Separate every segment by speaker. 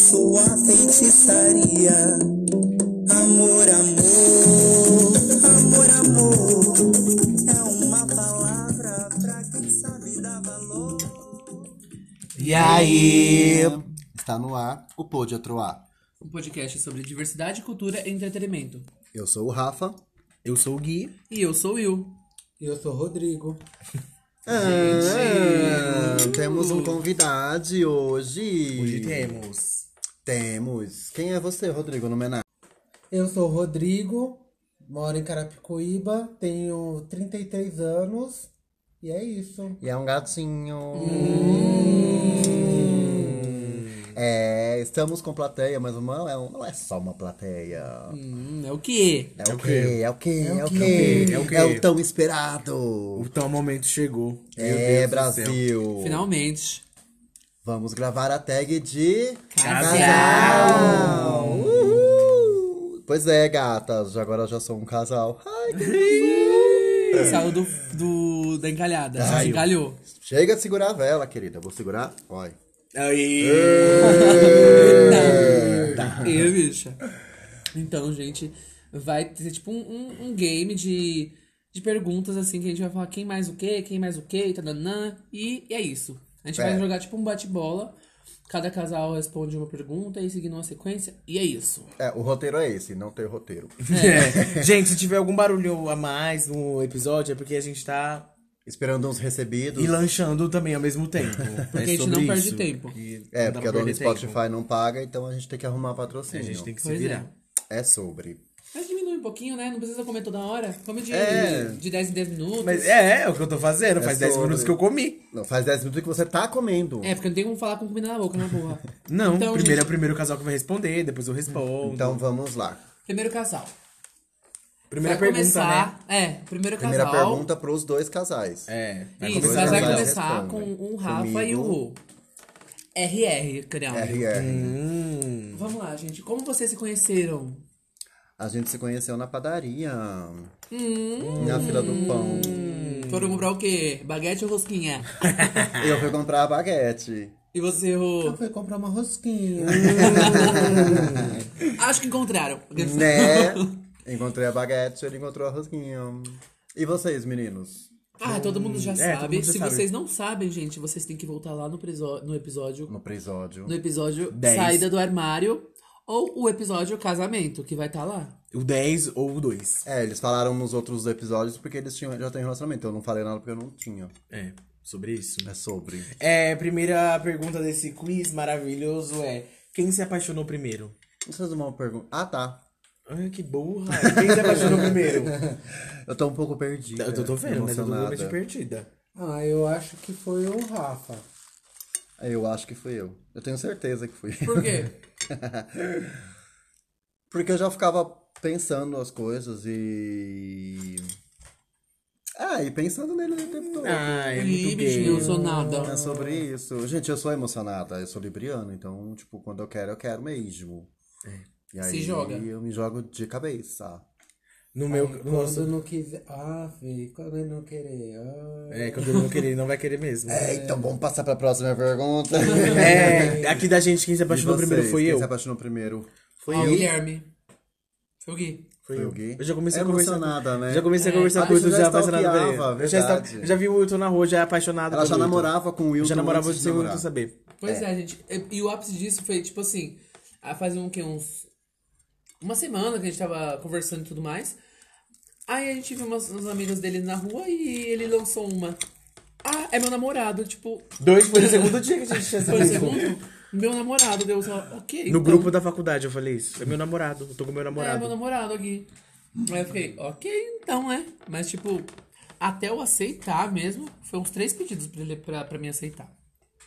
Speaker 1: Sou a feitiçaria. Amor, amor, amor, amor. É uma palavra pra quem sabe dar valor.
Speaker 2: E aí?
Speaker 3: Está no ar o Pod Atroar.
Speaker 2: Um podcast sobre diversidade, cultura e entretenimento.
Speaker 3: Eu sou o Rafa.
Speaker 4: Eu sou o Gui.
Speaker 2: E eu sou o Will.
Speaker 5: Eu sou o Rodrigo.
Speaker 3: Ah, temos um convidado hoje.
Speaker 4: Hoje temos.
Speaker 3: Temos. Quem é você, Rodrigo, no Mená?
Speaker 5: Eu sou o Rodrigo, moro em Carapicuíba, tenho 33 anos e é isso.
Speaker 3: E é um gatinho. Hum. É, estamos com plateia, mas uma, é um- não é só uma plateia.
Speaker 2: Hum, é o quê?
Speaker 3: É o quê? É o quê? É o
Speaker 4: quê?
Speaker 3: quê?
Speaker 4: É o quê?
Speaker 3: É o tão esperado.
Speaker 4: O tal momento chegou. Meu Deus
Speaker 3: É,
Speaker 4: do céu.
Speaker 3: Brasil.
Speaker 2: Finalmente.
Speaker 3: Vamos gravar a tag de
Speaker 2: Casal.
Speaker 3: Casal. Uhul. Pois é, gatas, agora eu já sou um casal. Ai, que lindo.
Speaker 2: Saiu do, do- da encalhada.
Speaker 3: Saiu.
Speaker 2: Encalhou.
Speaker 3: Chega de segurar a vela, querida. Eu vou segurar. Olha.
Speaker 4: Aí.
Speaker 2: Eu, bicha. Então, gente, vai ser tipo um, um- um game de, de perguntas, assim, que a gente vai falar quem mais o quê, quem mais o quê, tananã, e, e é isso. A gente vai
Speaker 3: É.
Speaker 2: jogar tipo um bate-bola. Cada casal responde uma pergunta e seguindo uma sequência, e é isso.
Speaker 3: É, o roteiro é esse, não tem roteiro.
Speaker 4: É. Gente, se tiver algum barulho a mais no episódio, é porque a gente tá.
Speaker 3: Esperando uns recebidos.
Speaker 4: E lanchando também ao mesmo tempo.
Speaker 2: Porque a gente
Speaker 4: É, sobre
Speaker 2: não perde
Speaker 4: isso.
Speaker 2: tempo.
Speaker 4: E
Speaker 3: É, porque a
Speaker 4: não dá pra
Speaker 3: dona
Speaker 4: perder
Speaker 3: do Spotify
Speaker 4: tempo.
Speaker 3: não paga, então a gente tem que arrumar
Speaker 4: A
Speaker 3: patrocínio.
Speaker 4: gente tem que se
Speaker 2: Pois
Speaker 4: virar.
Speaker 2: é.
Speaker 3: É sobre.
Speaker 2: Mas diminui um pouquinho, né? Não precisa comer toda hora. Come de,
Speaker 3: É.
Speaker 2: de 10 em 10 minutos.
Speaker 4: Mas é, é o que eu tô fazendo.
Speaker 3: É
Speaker 4: Faz 10
Speaker 3: sobre.
Speaker 4: minutos que eu comi.
Speaker 3: Não, faz 10 minutos que você tá comendo.
Speaker 2: É, porque não tem como falar com comida na boca, né, porra?
Speaker 4: Não,
Speaker 2: Então,
Speaker 4: primeiro é
Speaker 2: gente-
Speaker 4: o primeiro casal que vai responder, depois eu respondo.
Speaker 3: Então vamos lá.
Speaker 2: Primeiro casal.
Speaker 4: primeira
Speaker 2: vai
Speaker 4: pergunta, né?
Speaker 2: começar. É, primeiro casal.
Speaker 3: Primeira pergunta pros dois casais.
Speaker 4: É. vai
Speaker 2: Isso,
Speaker 4: começar
Speaker 2: mas vai
Speaker 4: com ela.
Speaker 2: começar com
Speaker 3: Responde.
Speaker 2: um Rafa e um Rô. RR, criando.
Speaker 3: RR.
Speaker 4: Hum.
Speaker 2: Vamos lá, gente. Como vocês se conheceram?
Speaker 3: A gente se conheceu na padaria. Na fila do pão.
Speaker 4: Hum.
Speaker 2: Foram comprar o quê? Baguete ou rosquinha?
Speaker 3: Eu fui comprar a baguete.
Speaker 2: e você,
Speaker 5: Eu
Speaker 2: Rô?
Speaker 5: fui comprar uma rosquinha.
Speaker 2: Acho que encontraram.
Speaker 3: Né? Encontrei a baguete, ele encontrou a rosquinha. E vocês, meninos?
Speaker 2: Ah, todo mundo já
Speaker 4: É, todo
Speaker 2: sabe.
Speaker 4: mundo já
Speaker 2: se
Speaker 4: sabe.
Speaker 2: vocês não sabem, gente, vocês têm que voltar lá no, preso- no episódio
Speaker 3: No episódio.
Speaker 2: no episódio
Speaker 4: Dez.
Speaker 2: Saída do Armário ou o episódio Casamento, que vai estar lá.
Speaker 4: O 10 ou o 2.
Speaker 3: É, eles falaram nos outros episódios porque eles tinham, já têm relacionamento. Eu não falei nada porque eu não tinha.
Speaker 4: É, sobre isso.
Speaker 3: É sobre.
Speaker 4: É, primeira pergunta desse quiz maravilhoso é: quem se apaixonou primeiro?
Speaker 3: Vocês vão perguntar. Ah, tá.
Speaker 4: Ai, que burra! Quem se apaixonou primeiro?
Speaker 3: Eu tô um pouco perdida.
Speaker 4: Eu tô, tô vendo, mas eu tô
Speaker 3: emocionada.
Speaker 4: totalmente perdida.
Speaker 5: ah, eu acho que foi o Rafa.
Speaker 3: Eu acho que fui eu. Eu tenho certeza que fui.
Speaker 2: Por quê?
Speaker 3: Porque eu já ficava pensando as coisas e. Ah, e pensando nele o tempo todo.
Speaker 4: Ai, é
Speaker 2: Ih, bichinho,
Speaker 4: muito gay.
Speaker 2: eu não sou nada.
Speaker 3: É sobre isso. Gente, eu sou emocionada, eu sou libriano, então, tipo, quando eu quero, eu quero mesmo.
Speaker 4: É.
Speaker 3: E
Speaker 2: Se
Speaker 3: aí
Speaker 2: joga.
Speaker 3: eu me jogo de cabeça.
Speaker 4: No
Speaker 3: Ah,
Speaker 4: meu.
Speaker 5: Ai,
Speaker 4: no
Speaker 5: quando
Speaker 4: nosso,
Speaker 5: não quiser. Ah, fi, quando ele não querer. ai.
Speaker 4: é, quando ele não querer, ele não vai querer mesmo.
Speaker 3: ah. É, então vamos passar pra próxima pergunta.
Speaker 4: É, aqui da gente, quem se apaixonou
Speaker 3: E vocês,
Speaker 4: primeiro foi
Speaker 3: quem
Speaker 4: eu.
Speaker 3: se apaixonou primeiro? Ah,
Speaker 4: Foi
Speaker 2: Ó, o
Speaker 4: eu.
Speaker 2: Guilherme. Foi o Gui.
Speaker 4: Foi
Speaker 3: Foi
Speaker 4: eu.
Speaker 3: o Gui.
Speaker 4: Eu já comecei
Speaker 3: É
Speaker 4: a conversar.
Speaker 3: emocionada, né?
Speaker 4: Já comecei a
Speaker 2: É.
Speaker 4: conversar
Speaker 3: Ah,
Speaker 4: com o Wilton
Speaker 3: você já
Speaker 4: já apaixonado por ele.
Speaker 3: stalkeava,
Speaker 4: Eu já, esta-
Speaker 3: verdade.
Speaker 4: eu já vi o Wilton na rua, já é apaixonado
Speaker 3: Ela
Speaker 4: pelo
Speaker 3: já
Speaker 4: Wilton.
Speaker 3: namorava com o
Speaker 4: Eu
Speaker 3: Wilton.
Speaker 4: já namorava
Speaker 3: antes de
Speaker 4: sem o Wilton
Speaker 3: namorar.
Speaker 4: saber.
Speaker 2: Pois é, gente. E, e o ápice disso foi, tipo assim, a fazer um que uns. Uma semana que a gente tava conversando e tudo mais. Aí a gente viu umas, uns amigos dele na rua e ele lançou uma. Ah, é meu namorado. Tipo,
Speaker 4: Dois foi no segundo dia que a gente tinha
Speaker 2: foi o
Speaker 4: essa
Speaker 2: segundo. Meu namorado, deu só. Ok.
Speaker 4: No
Speaker 2: então.
Speaker 4: grupo da faculdade eu falei isso. É meu namorado, eu tô com meu namorado.
Speaker 2: É, meu namorado aqui. Aí eu fiquei, ok, então, né? Mas, tipo, até eu aceitar mesmo, foi uns três pedidos pra, ele, pra, pra mim aceitar.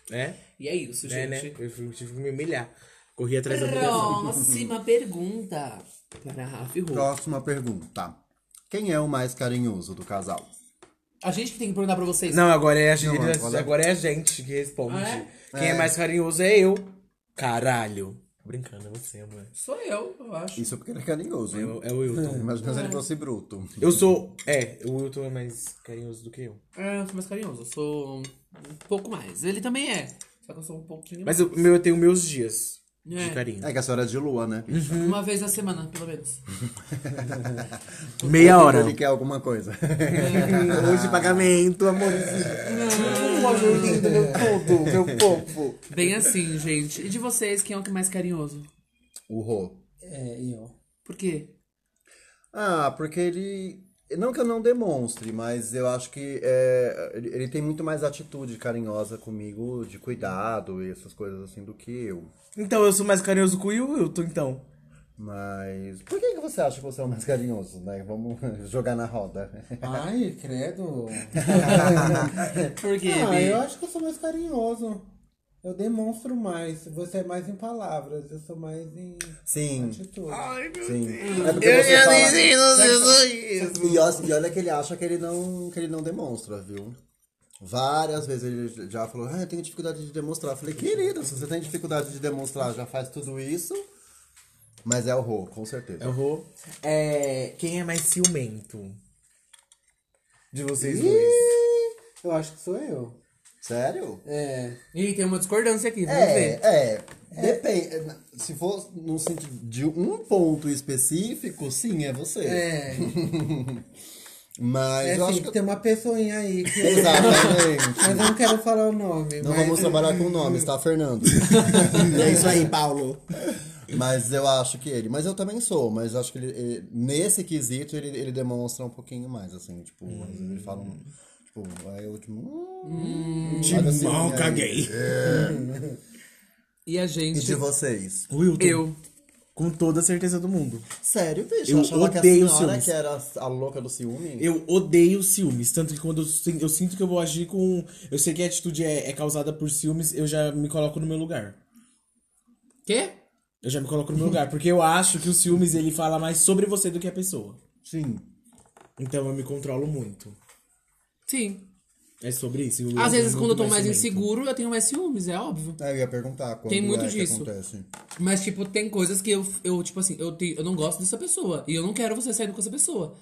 Speaker 4: É,
Speaker 2: E é isso,
Speaker 4: é, né?
Speaker 2: gente.
Speaker 4: Eu fui- tive que me humilhar. Corri atrás da mulher.
Speaker 2: Próxima pergunta para Rafa e Rô.
Speaker 3: Próxima pergunta. Quem é o mais carinhoso do casal?
Speaker 2: A gente que tem que perguntar pra vocês.
Speaker 4: Não, agora é a gente,
Speaker 3: Não, agora-
Speaker 4: agora é a gente que responde.
Speaker 2: Ah, é?
Speaker 4: Quem é.
Speaker 3: É.
Speaker 4: mais carinhoso é eu. Caralho. Tô brincando, é você, amor.
Speaker 2: Sou eu, eu acho.
Speaker 3: Isso porque ele é carinhoso,
Speaker 4: É,
Speaker 3: hein?
Speaker 4: o- é o Wilton.
Speaker 3: Imagina se ele fosse bruto.
Speaker 4: Eu sou. É, o Wilton é mais carinhoso do que eu.
Speaker 2: É, eu sou mais carinhoso, eu sou um pouco mais. Ele também é, só que eu sou um pouquinho
Speaker 4: Mas eu, meu, eu tenho meus dias. de carinho.
Speaker 3: É que a senhora é de lua, né? bicha?
Speaker 2: Uma vez na semana, pelo menos.
Speaker 4: Meia hora.
Speaker 3: Ele quer alguma coisa.
Speaker 4: Hoje
Speaker 5: Ah.
Speaker 4: pagamento, amorzinho. Um amor lindo, meu todo, meu povo.
Speaker 2: Bem assim, gente. E de vocês, quem é o que mais carinhoso?
Speaker 3: o Rô.
Speaker 5: É, eu.
Speaker 2: Por quê?
Speaker 3: Ah, porque ele. Não que eu não demonstre, mas eu acho que é, ele, ele tem muito mais atitude carinhosa comigo, de cuidado e essas coisas assim do que eu.
Speaker 4: Então, eu sou mais carinhoso com o Wilton, então.
Speaker 3: Mas. Por que, que você acha que você é o mais carinhoso, né? Vamos jogar na roda.
Speaker 5: Ai, credo.
Speaker 2: Por quê,
Speaker 5: ah,
Speaker 2: Bi?
Speaker 5: eu acho que eu sou mais carinhoso. Eu demonstro mais. Você é mais em palavras, eu sou mais em
Speaker 3: Sim.
Speaker 5: atitude.
Speaker 3: Sim. É porque você fala- é E olha, e olha que ele acha que ele não, que ele não demonstra, viu? Várias vezes ele já falou, ah, eu tenho dificuldade de demonstrar. Eu falei, querido, se você tem dificuldade de demonstrar, já faz tudo isso. Mas é o Rô, com certeza.
Speaker 4: Eu vou. É, quem é mais ciumento? De vocês dois.
Speaker 5: Ih, Eu acho que sou eu.
Speaker 3: Sério?
Speaker 5: É.
Speaker 2: Ih, tem uma discordância aqui, vamos ver.
Speaker 3: É, é. Depende. Se for no sentido de um ponto específico, sim, é você.
Speaker 5: É.
Speaker 3: Mas
Speaker 5: É
Speaker 3: eu acho
Speaker 5: assim,
Speaker 3: que.
Speaker 5: tem uma pessoinha aí que.
Speaker 3: Exatamente.
Speaker 5: Mas eu não quero falar o nome.
Speaker 3: Não
Speaker 5: mas-
Speaker 3: vamos trabalhar com nomes, tá, Fernando? é isso aí, Paulo. Mas eu acho que ele. Mas eu também sou, mas acho que ele, ele- nesse quesito ele, ele demonstra um pouquinho mais, assim, tipo, às vezes ele fala um. Tipo, aí eu tipo. Hum, faz assim, aí-
Speaker 2: E a
Speaker 3: E
Speaker 2: gente.
Speaker 5: Tipo,
Speaker 3: de vocês?
Speaker 4: Wilton.
Speaker 2: Eu.
Speaker 4: Com toda a certeza do mundo.
Speaker 3: Sério, bicho?
Speaker 4: Eu
Speaker 3: Eu achava
Speaker 4: odeio
Speaker 3: que a senhora
Speaker 4: ciúmes.
Speaker 3: que era a louca do ciúme.
Speaker 4: Eu odeio ciúmes, tanto que quando eu, sin- eu sinto que eu vou agir com. Eu sei que a atitude é, é causada por ciúmes, eu já me coloco no meu lugar.
Speaker 2: Quê?
Speaker 4: Eu já me coloco no meu lugar, porque eu acho que o ciúmes ele fala mais sobre você do que a pessoa.
Speaker 3: Sim.
Speaker 4: Então eu me controlo muito.
Speaker 2: Sim.
Speaker 4: É sobre isso. eu-
Speaker 2: Às vezes,
Speaker 4: muito
Speaker 2: quando eu tô mais
Speaker 4: ciumento.
Speaker 2: inseguro, eu tenho mais ciúmes, é óbvio.
Speaker 3: Eu ia perguntar quando
Speaker 2: Tem muito
Speaker 3: é
Speaker 2: disso.
Speaker 3: que acontece.
Speaker 2: Mas, tipo, tem coisas que eu, eu tipo assim, eu, te- eu não gosto dessa pessoa. E eu não quero você saindo com essa pessoa.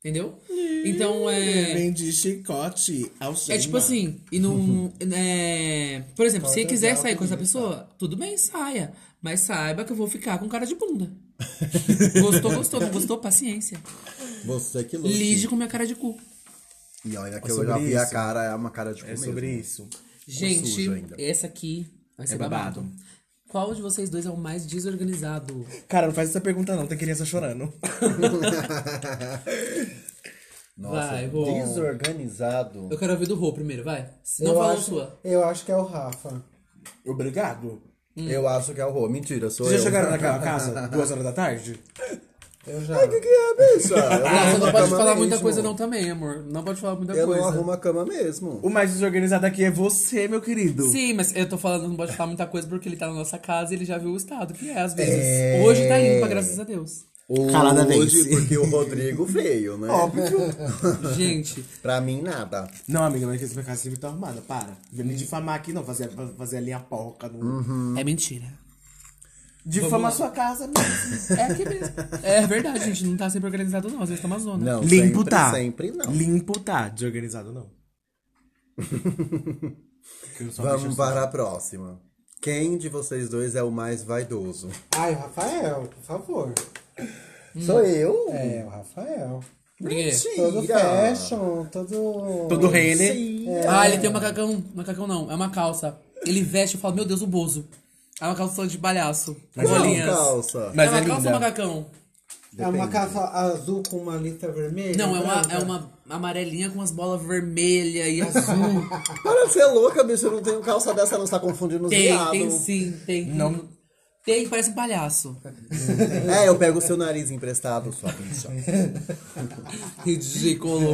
Speaker 2: Entendeu? Então, é.
Speaker 4: Vem de chicote ao
Speaker 2: É tipo assim, e não. é, por exemplo, se quiser sair com essa pessoa, tudo bem, saia. Mas saiba que eu vou ficar com cara de bunda. gostou, gostou. Não gostou, paciência.
Speaker 3: Você que lute.
Speaker 2: Lide com minha cara de cu.
Speaker 3: E olha que
Speaker 4: É
Speaker 3: eu
Speaker 4: sobre
Speaker 3: já vi a
Speaker 4: isso.
Speaker 3: cara, é uma cara de cu
Speaker 4: É sobre
Speaker 3: mesmo.
Speaker 4: isso.
Speaker 2: Gente,
Speaker 3: sujo ainda.
Speaker 2: essa aqui vai ser babado.
Speaker 4: babado.
Speaker 2: Qual de vocês dois é o mais desorganizado?
Speaker 4: Cara, não faz essa pergunta não, tem criança chorando.
Speaker 3: Nossa,
Speaker 2: Vai, Rô.
Speaker 3: desorganizado.
Speaker 2: Eu quero ouvir do Rô primeiro, vai. Se não
Speaker 5: eu
Speaker 2: fala a
Speaker 5: acho,
Speaker 2: sua.
Speaker 5: Eu acho que é o Rafa.
Speaker 4: Obrigado.
Speaker 2: Hum.
Speaker 3: Eu acho que é o Rô. Mentira, sou eu.
Speaker 4: Vocês já chegaram naquela casa? Duas horas da tarde?
Speaker 5: Eu já.
Speaker 3: O que, que é, bicha? Eu
Speaker 2: Ah, você
Speaker 3: arrumo
Speaker 2: não
Speaker 3: a
Speaker 2: pode
Speaker 3: cama
Speaker 2: falar
Speaker 3: mesmo.
Speaker 2: muita coisa não também, amor. Não pode falar muita
Speaker 3: Eu
Speaker 2: coisa.
Speaker 3: não arrumo a cama mesmo.
Speaker 4: O mais desorganizado aqui é você, meu querido.
Speaker 2: Sim, mas eu tô falando, não pode falar muita coisa porque ele tá na nossa casa e ele já viu o estado que é, às vezes.
Speaker 3: É.
Speaker 2: Hoje tá limpa, graças a Deus.
Speaker 4: Calada
Speaker 3: Hoje,
Speaker 4: vence.
Speaker 3: porque o Rodrigo veio, né?
Speaker 2: Gente,
Speaker 3: pra mim, nada.
Speaker 4: Não, amiga, mas essa minha casa sempre tá arrumada, para. Vem
Speaker 3: Hum.
Speaker 4: me difamar aqui não, fazer, fazer a linha porca. No...
Speaker 3: Uhum.
Speaker 2: é mentira.
Speaker 4: Difama a sua casa mesmo.
Speaker 2: É aqui mesmo. É verdade, gente, não tá sempre organizado não, às vezes tá uma zona.
Speaker 3: Não,
Speaker 4: Limpo
Speaker 3: sempre,
Speaker 4: tá.
Speaker 3: sempre não.
Speaker 4: Limpo tá, desorganizado não. Porque eu só
Speaker 3: Vamos
Speaker 4: mexo-
Speaker 3: para a próxima. Quem de vocês dois é o mais vaidoso?
Speaker 5: Ai, o Rafael, por favor.
Speaker 3: Hum. Sou eu?
Speaker 5: É, o Rafael.
Speaker 2: Por quê?
Speaker 5: Todo
Speaker 3: Mentira.
Speaker 5: fashion, todo.
Speaker 4: Todo rei, né?
Speaker 3: Sim.
Speaker 2: Ah, ele tem um macacão, macacão não, é uma calça. Ele veste, eu falo, meu Deus, o Bozo. É uma calça de balhaço,
Speaker 3: Qual
Speaker 2: bolinhas.
Speaker 3: calça?
Speaker 2: É
Speaker 4: Mas
Speaker 2: uma
Speaker 4: é
Speaker 2: calça ou
Speaker 4: linda.
Speaker 2: macacão?
Speaker 5: É uma calça azul com uma lista vermelha?
Speaker 2: Não, é uma,
Speaker 5: branca?
Speaker 2: é uma amarelinha com as bolas vermelhas e azul.
Speaker 3: Para de ser louca, bicho. Eu não tenho calça dessa, não. Você tá confundindo os
Speaker 2: tem,
Speaker 3: viados.
Speaker 2: tem sim, tem. Não. Tem, parece um palhaço.
Speaker 3: É, eu pego o seu nariz emprestado, sua bicha.
Speaker 2: Ridículo.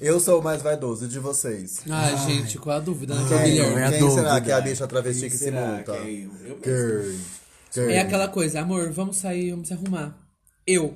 Speaker 3: Eu sou o mais vaidoso de vocês.
Speaker 2: Ai, gente, qual a dúvida, né,
Speaker 3: Quem,
Speaker 2: família?
Speaker 4: é a
Speaker 3: quem será
Speaker 4: dúvida.
Speaker 3: que é a bicha travesti que se
Speaker 4: Será
Speaker 3: monta?
Speaker 4: que é eu? Eu
Speaker 3: Quem? Quem?
Speaker 2: É aquela coisa, amor, vamos sair, vamos se arrumar. Eu,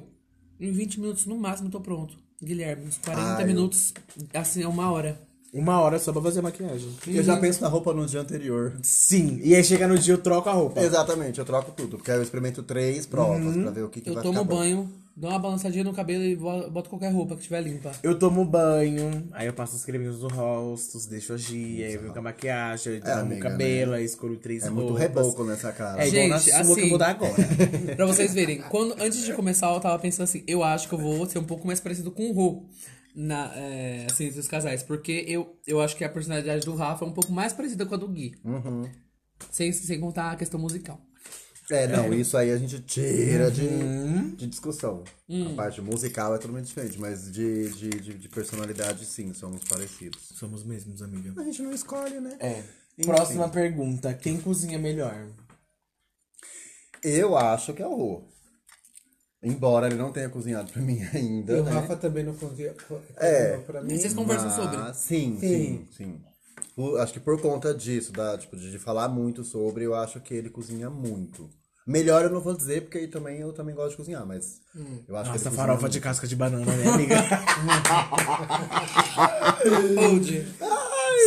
Speaker 2: em 20 minutos no máximo, tô pronto. Guilherme, uns 40
Speaker 3: Ai.
Speaker 2: minutos, assim, é uma hora.
Speaker 4: Uma hora só pra fazer maquiagem.
Speaker 3: Eu já penso na roupa no dia anterior.
Speaker 4: Sim, e aí chega no dia eu troco a roupa.
Speaker 3: Exatamente, eu troco tudo. Porque aí eu experimento três provas pra ver o que, que
Speaker 2: Eu
Speaker 3: vai
Speaker 2: tomo
Speaker 3: ficar bom.
Speaker 2: banho, Dá uma balançadinha no cabelo e bo- bota qualquer roupa que tiver limpa.
Speaker 4: Eu tomo banho, aí eu passo os creminhos no rosto, deixo agir, aí eu venho com a maquiagem, aí eu
Speaker 3: É,
Speaker 4: tomo o
Speaker 3: amiga,
Speaker 4: cabelo, aí escolho três
Speaker 3: É muito
Speaker 4: roupas.
Speaker 3: reboco nessa cara.
Speaker 4: É igual na
Speaker 2: Gente,
Speaker 4: sua que eu
Speaker 2: assim-
Speaker 4: vou dar agora.
Speaker 2: Pra vocês verem, quando, antes de começar, eu tava pensando assim, eu acho que eu vou ser um pouco mais parecido com o Rô. Na, é, assim, entre os casais. Porque eu, eu acho que a personalidade do Rafa é um pouco mais parecida com a do Gui.
Speaker 3: Uhum.
Speaker 2: Sem, sem contar a questão musical.
Speaker 3: É, não, isso aí a gente tira de, de discussão. A parte musical é totalmente diferente, mas de, de, de, de personalidade, sim, somos parecidos.
Speaker 4: Somos mesmos, amiga.
Speaker 3: A gente não escolhe, né?
Speaker 4: É. Próxima pergunta. Quem cozinha melhor?
Speaker 3: Eu acho que é o Rô. Embora ele não tenha cozinhado pra mim ainda.
Speaker 5: E o
Speaker 3: né?
Speaker 5: Rafa também não cozinha
Speaker 3: É.
Speaker 5: cozinhou pra mim.
Speaker 2: Vocês conversam
Speaker 3: Mas-
Speaker 2: sobre.
Speaker 3: Sim, sim, sim. O- acho que por conta disso, da, tipo, de, de falar muito sobre, eu acho que ele cozinha muito. Melhor eu não vou dizer, porque aí também eu também gosto de cozinhar, mas eu acho que
Speaker 4: Nossa,
Speaker 3: ele
Speaker 4: farofa de casca de banana, né, amiga?
Speaker 2: Old.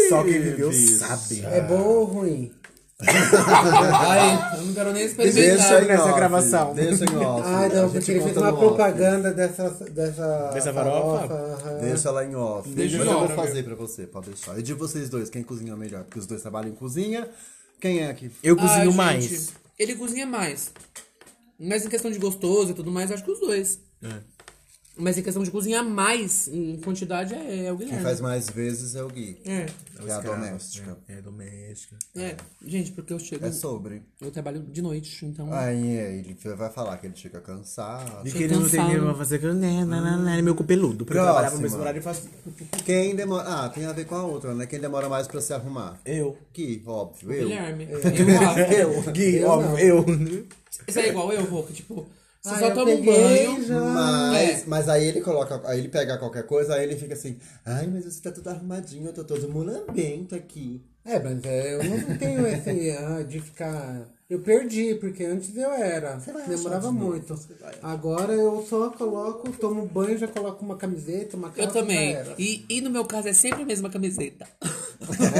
Speaker 4: Só quem viveu
Speaker 3: bicho.
Speaker 4: sabe. né?
Speaker 5: É bom ou ruim?
Speaker 2: Ai, eu não quero nem
Speaker 3: Deixa
Speaker 2: experimentar.
Speaker 3: em
Speaker 4: nessa
Speaker 3: off,
Speaker 4: gravação.
Speaker 3: Deixa em off.
Speaker 5: Ai,
Speaker 3: A
Speaker 5: não,
Speaker 3: gente
Speaker 5: porque ele fez
Speaker 3: conta
Speaker 5: uma
Speaker 3: no off.
Speaker 5: propaganda dessa, dessa.
Speaker 4: Dessa farofa?
Speaker 5: aham.
Speaker 3: Deixa lá em off.
Speaker 2: Deixa
Speaker 3: Mas
Speaker 2: em
Speaker 3: eu
Speaker 2: off,
Speaker 3: vou fazer pra você, pode deixar. E de vocês dois, quem cozinha melhor? Porque os dois trabalham em cozinha. Quem é que...
Speaker 4: Eu
Speaker 2: Ai,
Speaker 4: cozinho
Speaker 2: Ah, gente,
Speaker 4: mais.
Speaker 2: Ele cozinha mais. Mas em questão de gostoso e tudo mais, acho que os dois.
Speaker 3: É.
Speaker 2: Mas em questão de cozinhar mais, em quantidade, é, é o
Speaker 3: Quem
Speaker 2: Guilherme.
Speaker 3: faz mais vezes é o Gui.
Speaker 2: É, né?
Speaker 3: Que é a doméstica.
Speaker 4: É doméstica.
Speaker 2: é. Gente, porque eu chego.
Speaker 3: É sobre.
Speaker 2: Eu trabalho de noite, então.
Speaker 3: Aí é, ele vai falar que ele chega cansado.
Speaker 4: E que ele não tem
Speaker 2: cansado.
Speaker 4: dinheiro pra fazer que eu- né, né, né, né, meu cu peludo. Porque eu
Speaker 3: Próxima.
Speaker 4: trabalhava no mesmo horário e fazia.
Speaker 3: Quem demora. Ah, tem a ver com a outra, né? Quem demora mais pra se arrumar?
Speaker 4: Eu.
Speaker 3: Gui, óbvio. Eu.
Speaker 2: Guilherme. Eu acho.
Speaker 4: Eu. Gui, óbvio, eu.
Speaker 2: Isso é igual eu, Roca. Tipo, você
Speaker 5: Ah,
Speaker 2: só
Speaker 5: eu
Speaker 2: toma um
Speaker 5: peguei
Speaker 2: banho.
Speaker 5: já.
Speaker 3: Mas,
Speaker 2: É.
Speaker 3: mas aí ele coloca, aí ele pega qualquer coisa, aí ele fica assim, ai, mas você tá tudo arrumadinho, eu tô todo mulambento aqui.
Speaker 5: É, mas é, eu não tenho esse ah, de ficar. Eu perdi, porque antes eu era.
Speaker 3: vai
Speaker 5: Demorava
Speaker 3: achar de novo,
Speaker 5: muito. Agora eu só coloco, tomo banho, já coloco uma camiseta, uma calça.
Speaker 2: Eu também.
Speaker 5: já era.
Speaker 2: E, e no meu caso é sempre a mesma camiseta.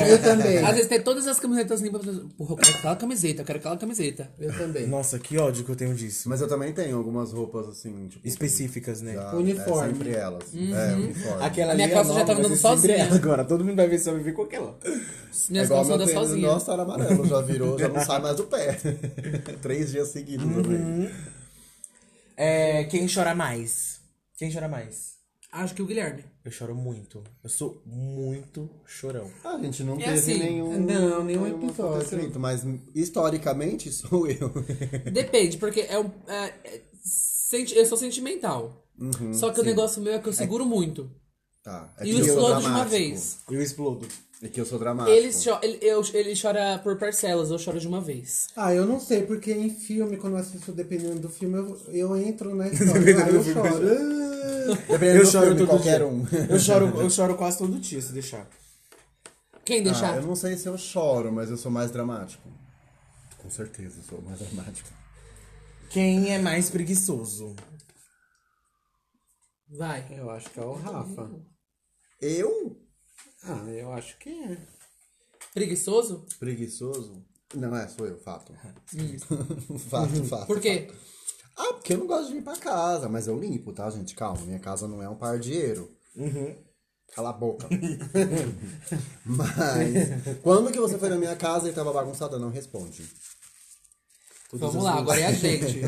Speaker 5: Eu também.
Speaker 2: Às vezes tem todas as camisetas limpas. Porra, eu quero aquela camiseta, eu quero aquela camiseta.
Speaker 5: Eu também.
Speaker 4: Nossa, que ódio que eu tenho disso.
Speaker 3: Mas eu também tenho algumas roupas assim, tipo.
Speaker 4: Específicas, né?
Speaker 3: já-
Speaker 5: Uniforme.
Speaker 3: É, sempre elas. É, uniforme.
Speaker 4: Aquela
Speaker 2: Minha
Speaker 4: ali é
Speaker 2: calça já
Speaker 4: nova,
Speaker 2: tá
Speaker 4: vai ser
Speaker 2: andando
Speaker 4: sempre
Speaker 2: sozinha.
Speaker 4: ela Agora todo mundo vai ver se vai ver com aquela.
Speaker 3: É
Speaker 2: Minhas
Speaker 3: igual
Speaker 2: calças
Speaker 3: meu
Speaker 2: andam
Speaker 3: tênis,
Speaker 2: sozinhas.
Speaker 3: nossa, era amarelo, já virou, já não sai mais do pé. Três dias seguidos também.
Speaker 4: É, quem chora mais? Quem chora mais?
Speaker 2: Acho que o Guilherme.
Speaker 4: Eu choro muito. Eu sou muito chorão.
Speaker 3: Ah, A gente não
Speaker 2: É
Speaker 3: teve
Speaker 2: assim,
Speaker 3: nenhum.
Speaker 5: não, nenhum
Speaker 3: nenhum
Speaker 5: episódio.
Speaker 3: acontecimento, Mas historicamente sou eu.
Speaker 2: Depende, porque é um. é- é- senti- eu sou sentimental.
Speaker 3: Uhum,
Speaker 2: Só que o negócio meu é que eu seguro muito.
Speaker 3: Tá. É
Speaker 2: e
Speaker 3: que
Speaker 2: eu
Speaker 3: sou
Speaker 2: explodo de uma
Speaker 3: dramático.
Speaker 2: vez.
Speaker 4: Eu explodo.
Speaker 3: É que eu sou dramático.
Speaker 2: Ele, cho- ele, eu- ele chora por parcelas, eu choro de uma vez.
Speaker 5: Ah, eu não sei, porque em filme, quando eu assisto, dependendo do filme, eu, eu entro na história. aí eu choro.
Speaker 3: Dependendo
Speaker 4: eu
Speaker 3: do
Speaker 4: choro
Speaker 3: filme,
Speaker 4: todo
Speaker 3: qualquer
Speaker 4: dia.
Speaker 3: um.
Speaker 4: Eu choro, eu choro quase todo dia, se deixar.
Speaker 2: Quem
Speaker 3: Ah,
Speaker 2: deixar?
Speaker 3: eu não sei se eu choro, mas eu sou mais dramático. Com certeza eu sou mais dramático.
Speaker 4: Quem é mais preguiçoso?
Speaker 2: Vai.
Speaker 5: Eu acho que é o Rafa.
Speaker 3: Eu?
Speaker 5: Ah, eu acho que é.
Speaker 2: Preguiçoso?
Speaker 3: Preguiçoso? Não, é, sou eu, fato. fato, fato.
Speaker 2: Por quê?
Speaker 3: Ah, porque eu não gosto de limpar a casa, mas eu limpo, tá, gente? Calma, minha casa não é um pardieiro.
Speaker 2: Uhum.
Speaker 3: Cala a boca. né? mas, quando que você foi na minha casa e tava bagunçada? Não responde.
Speaker 2: Vamos lá, agora é a gente.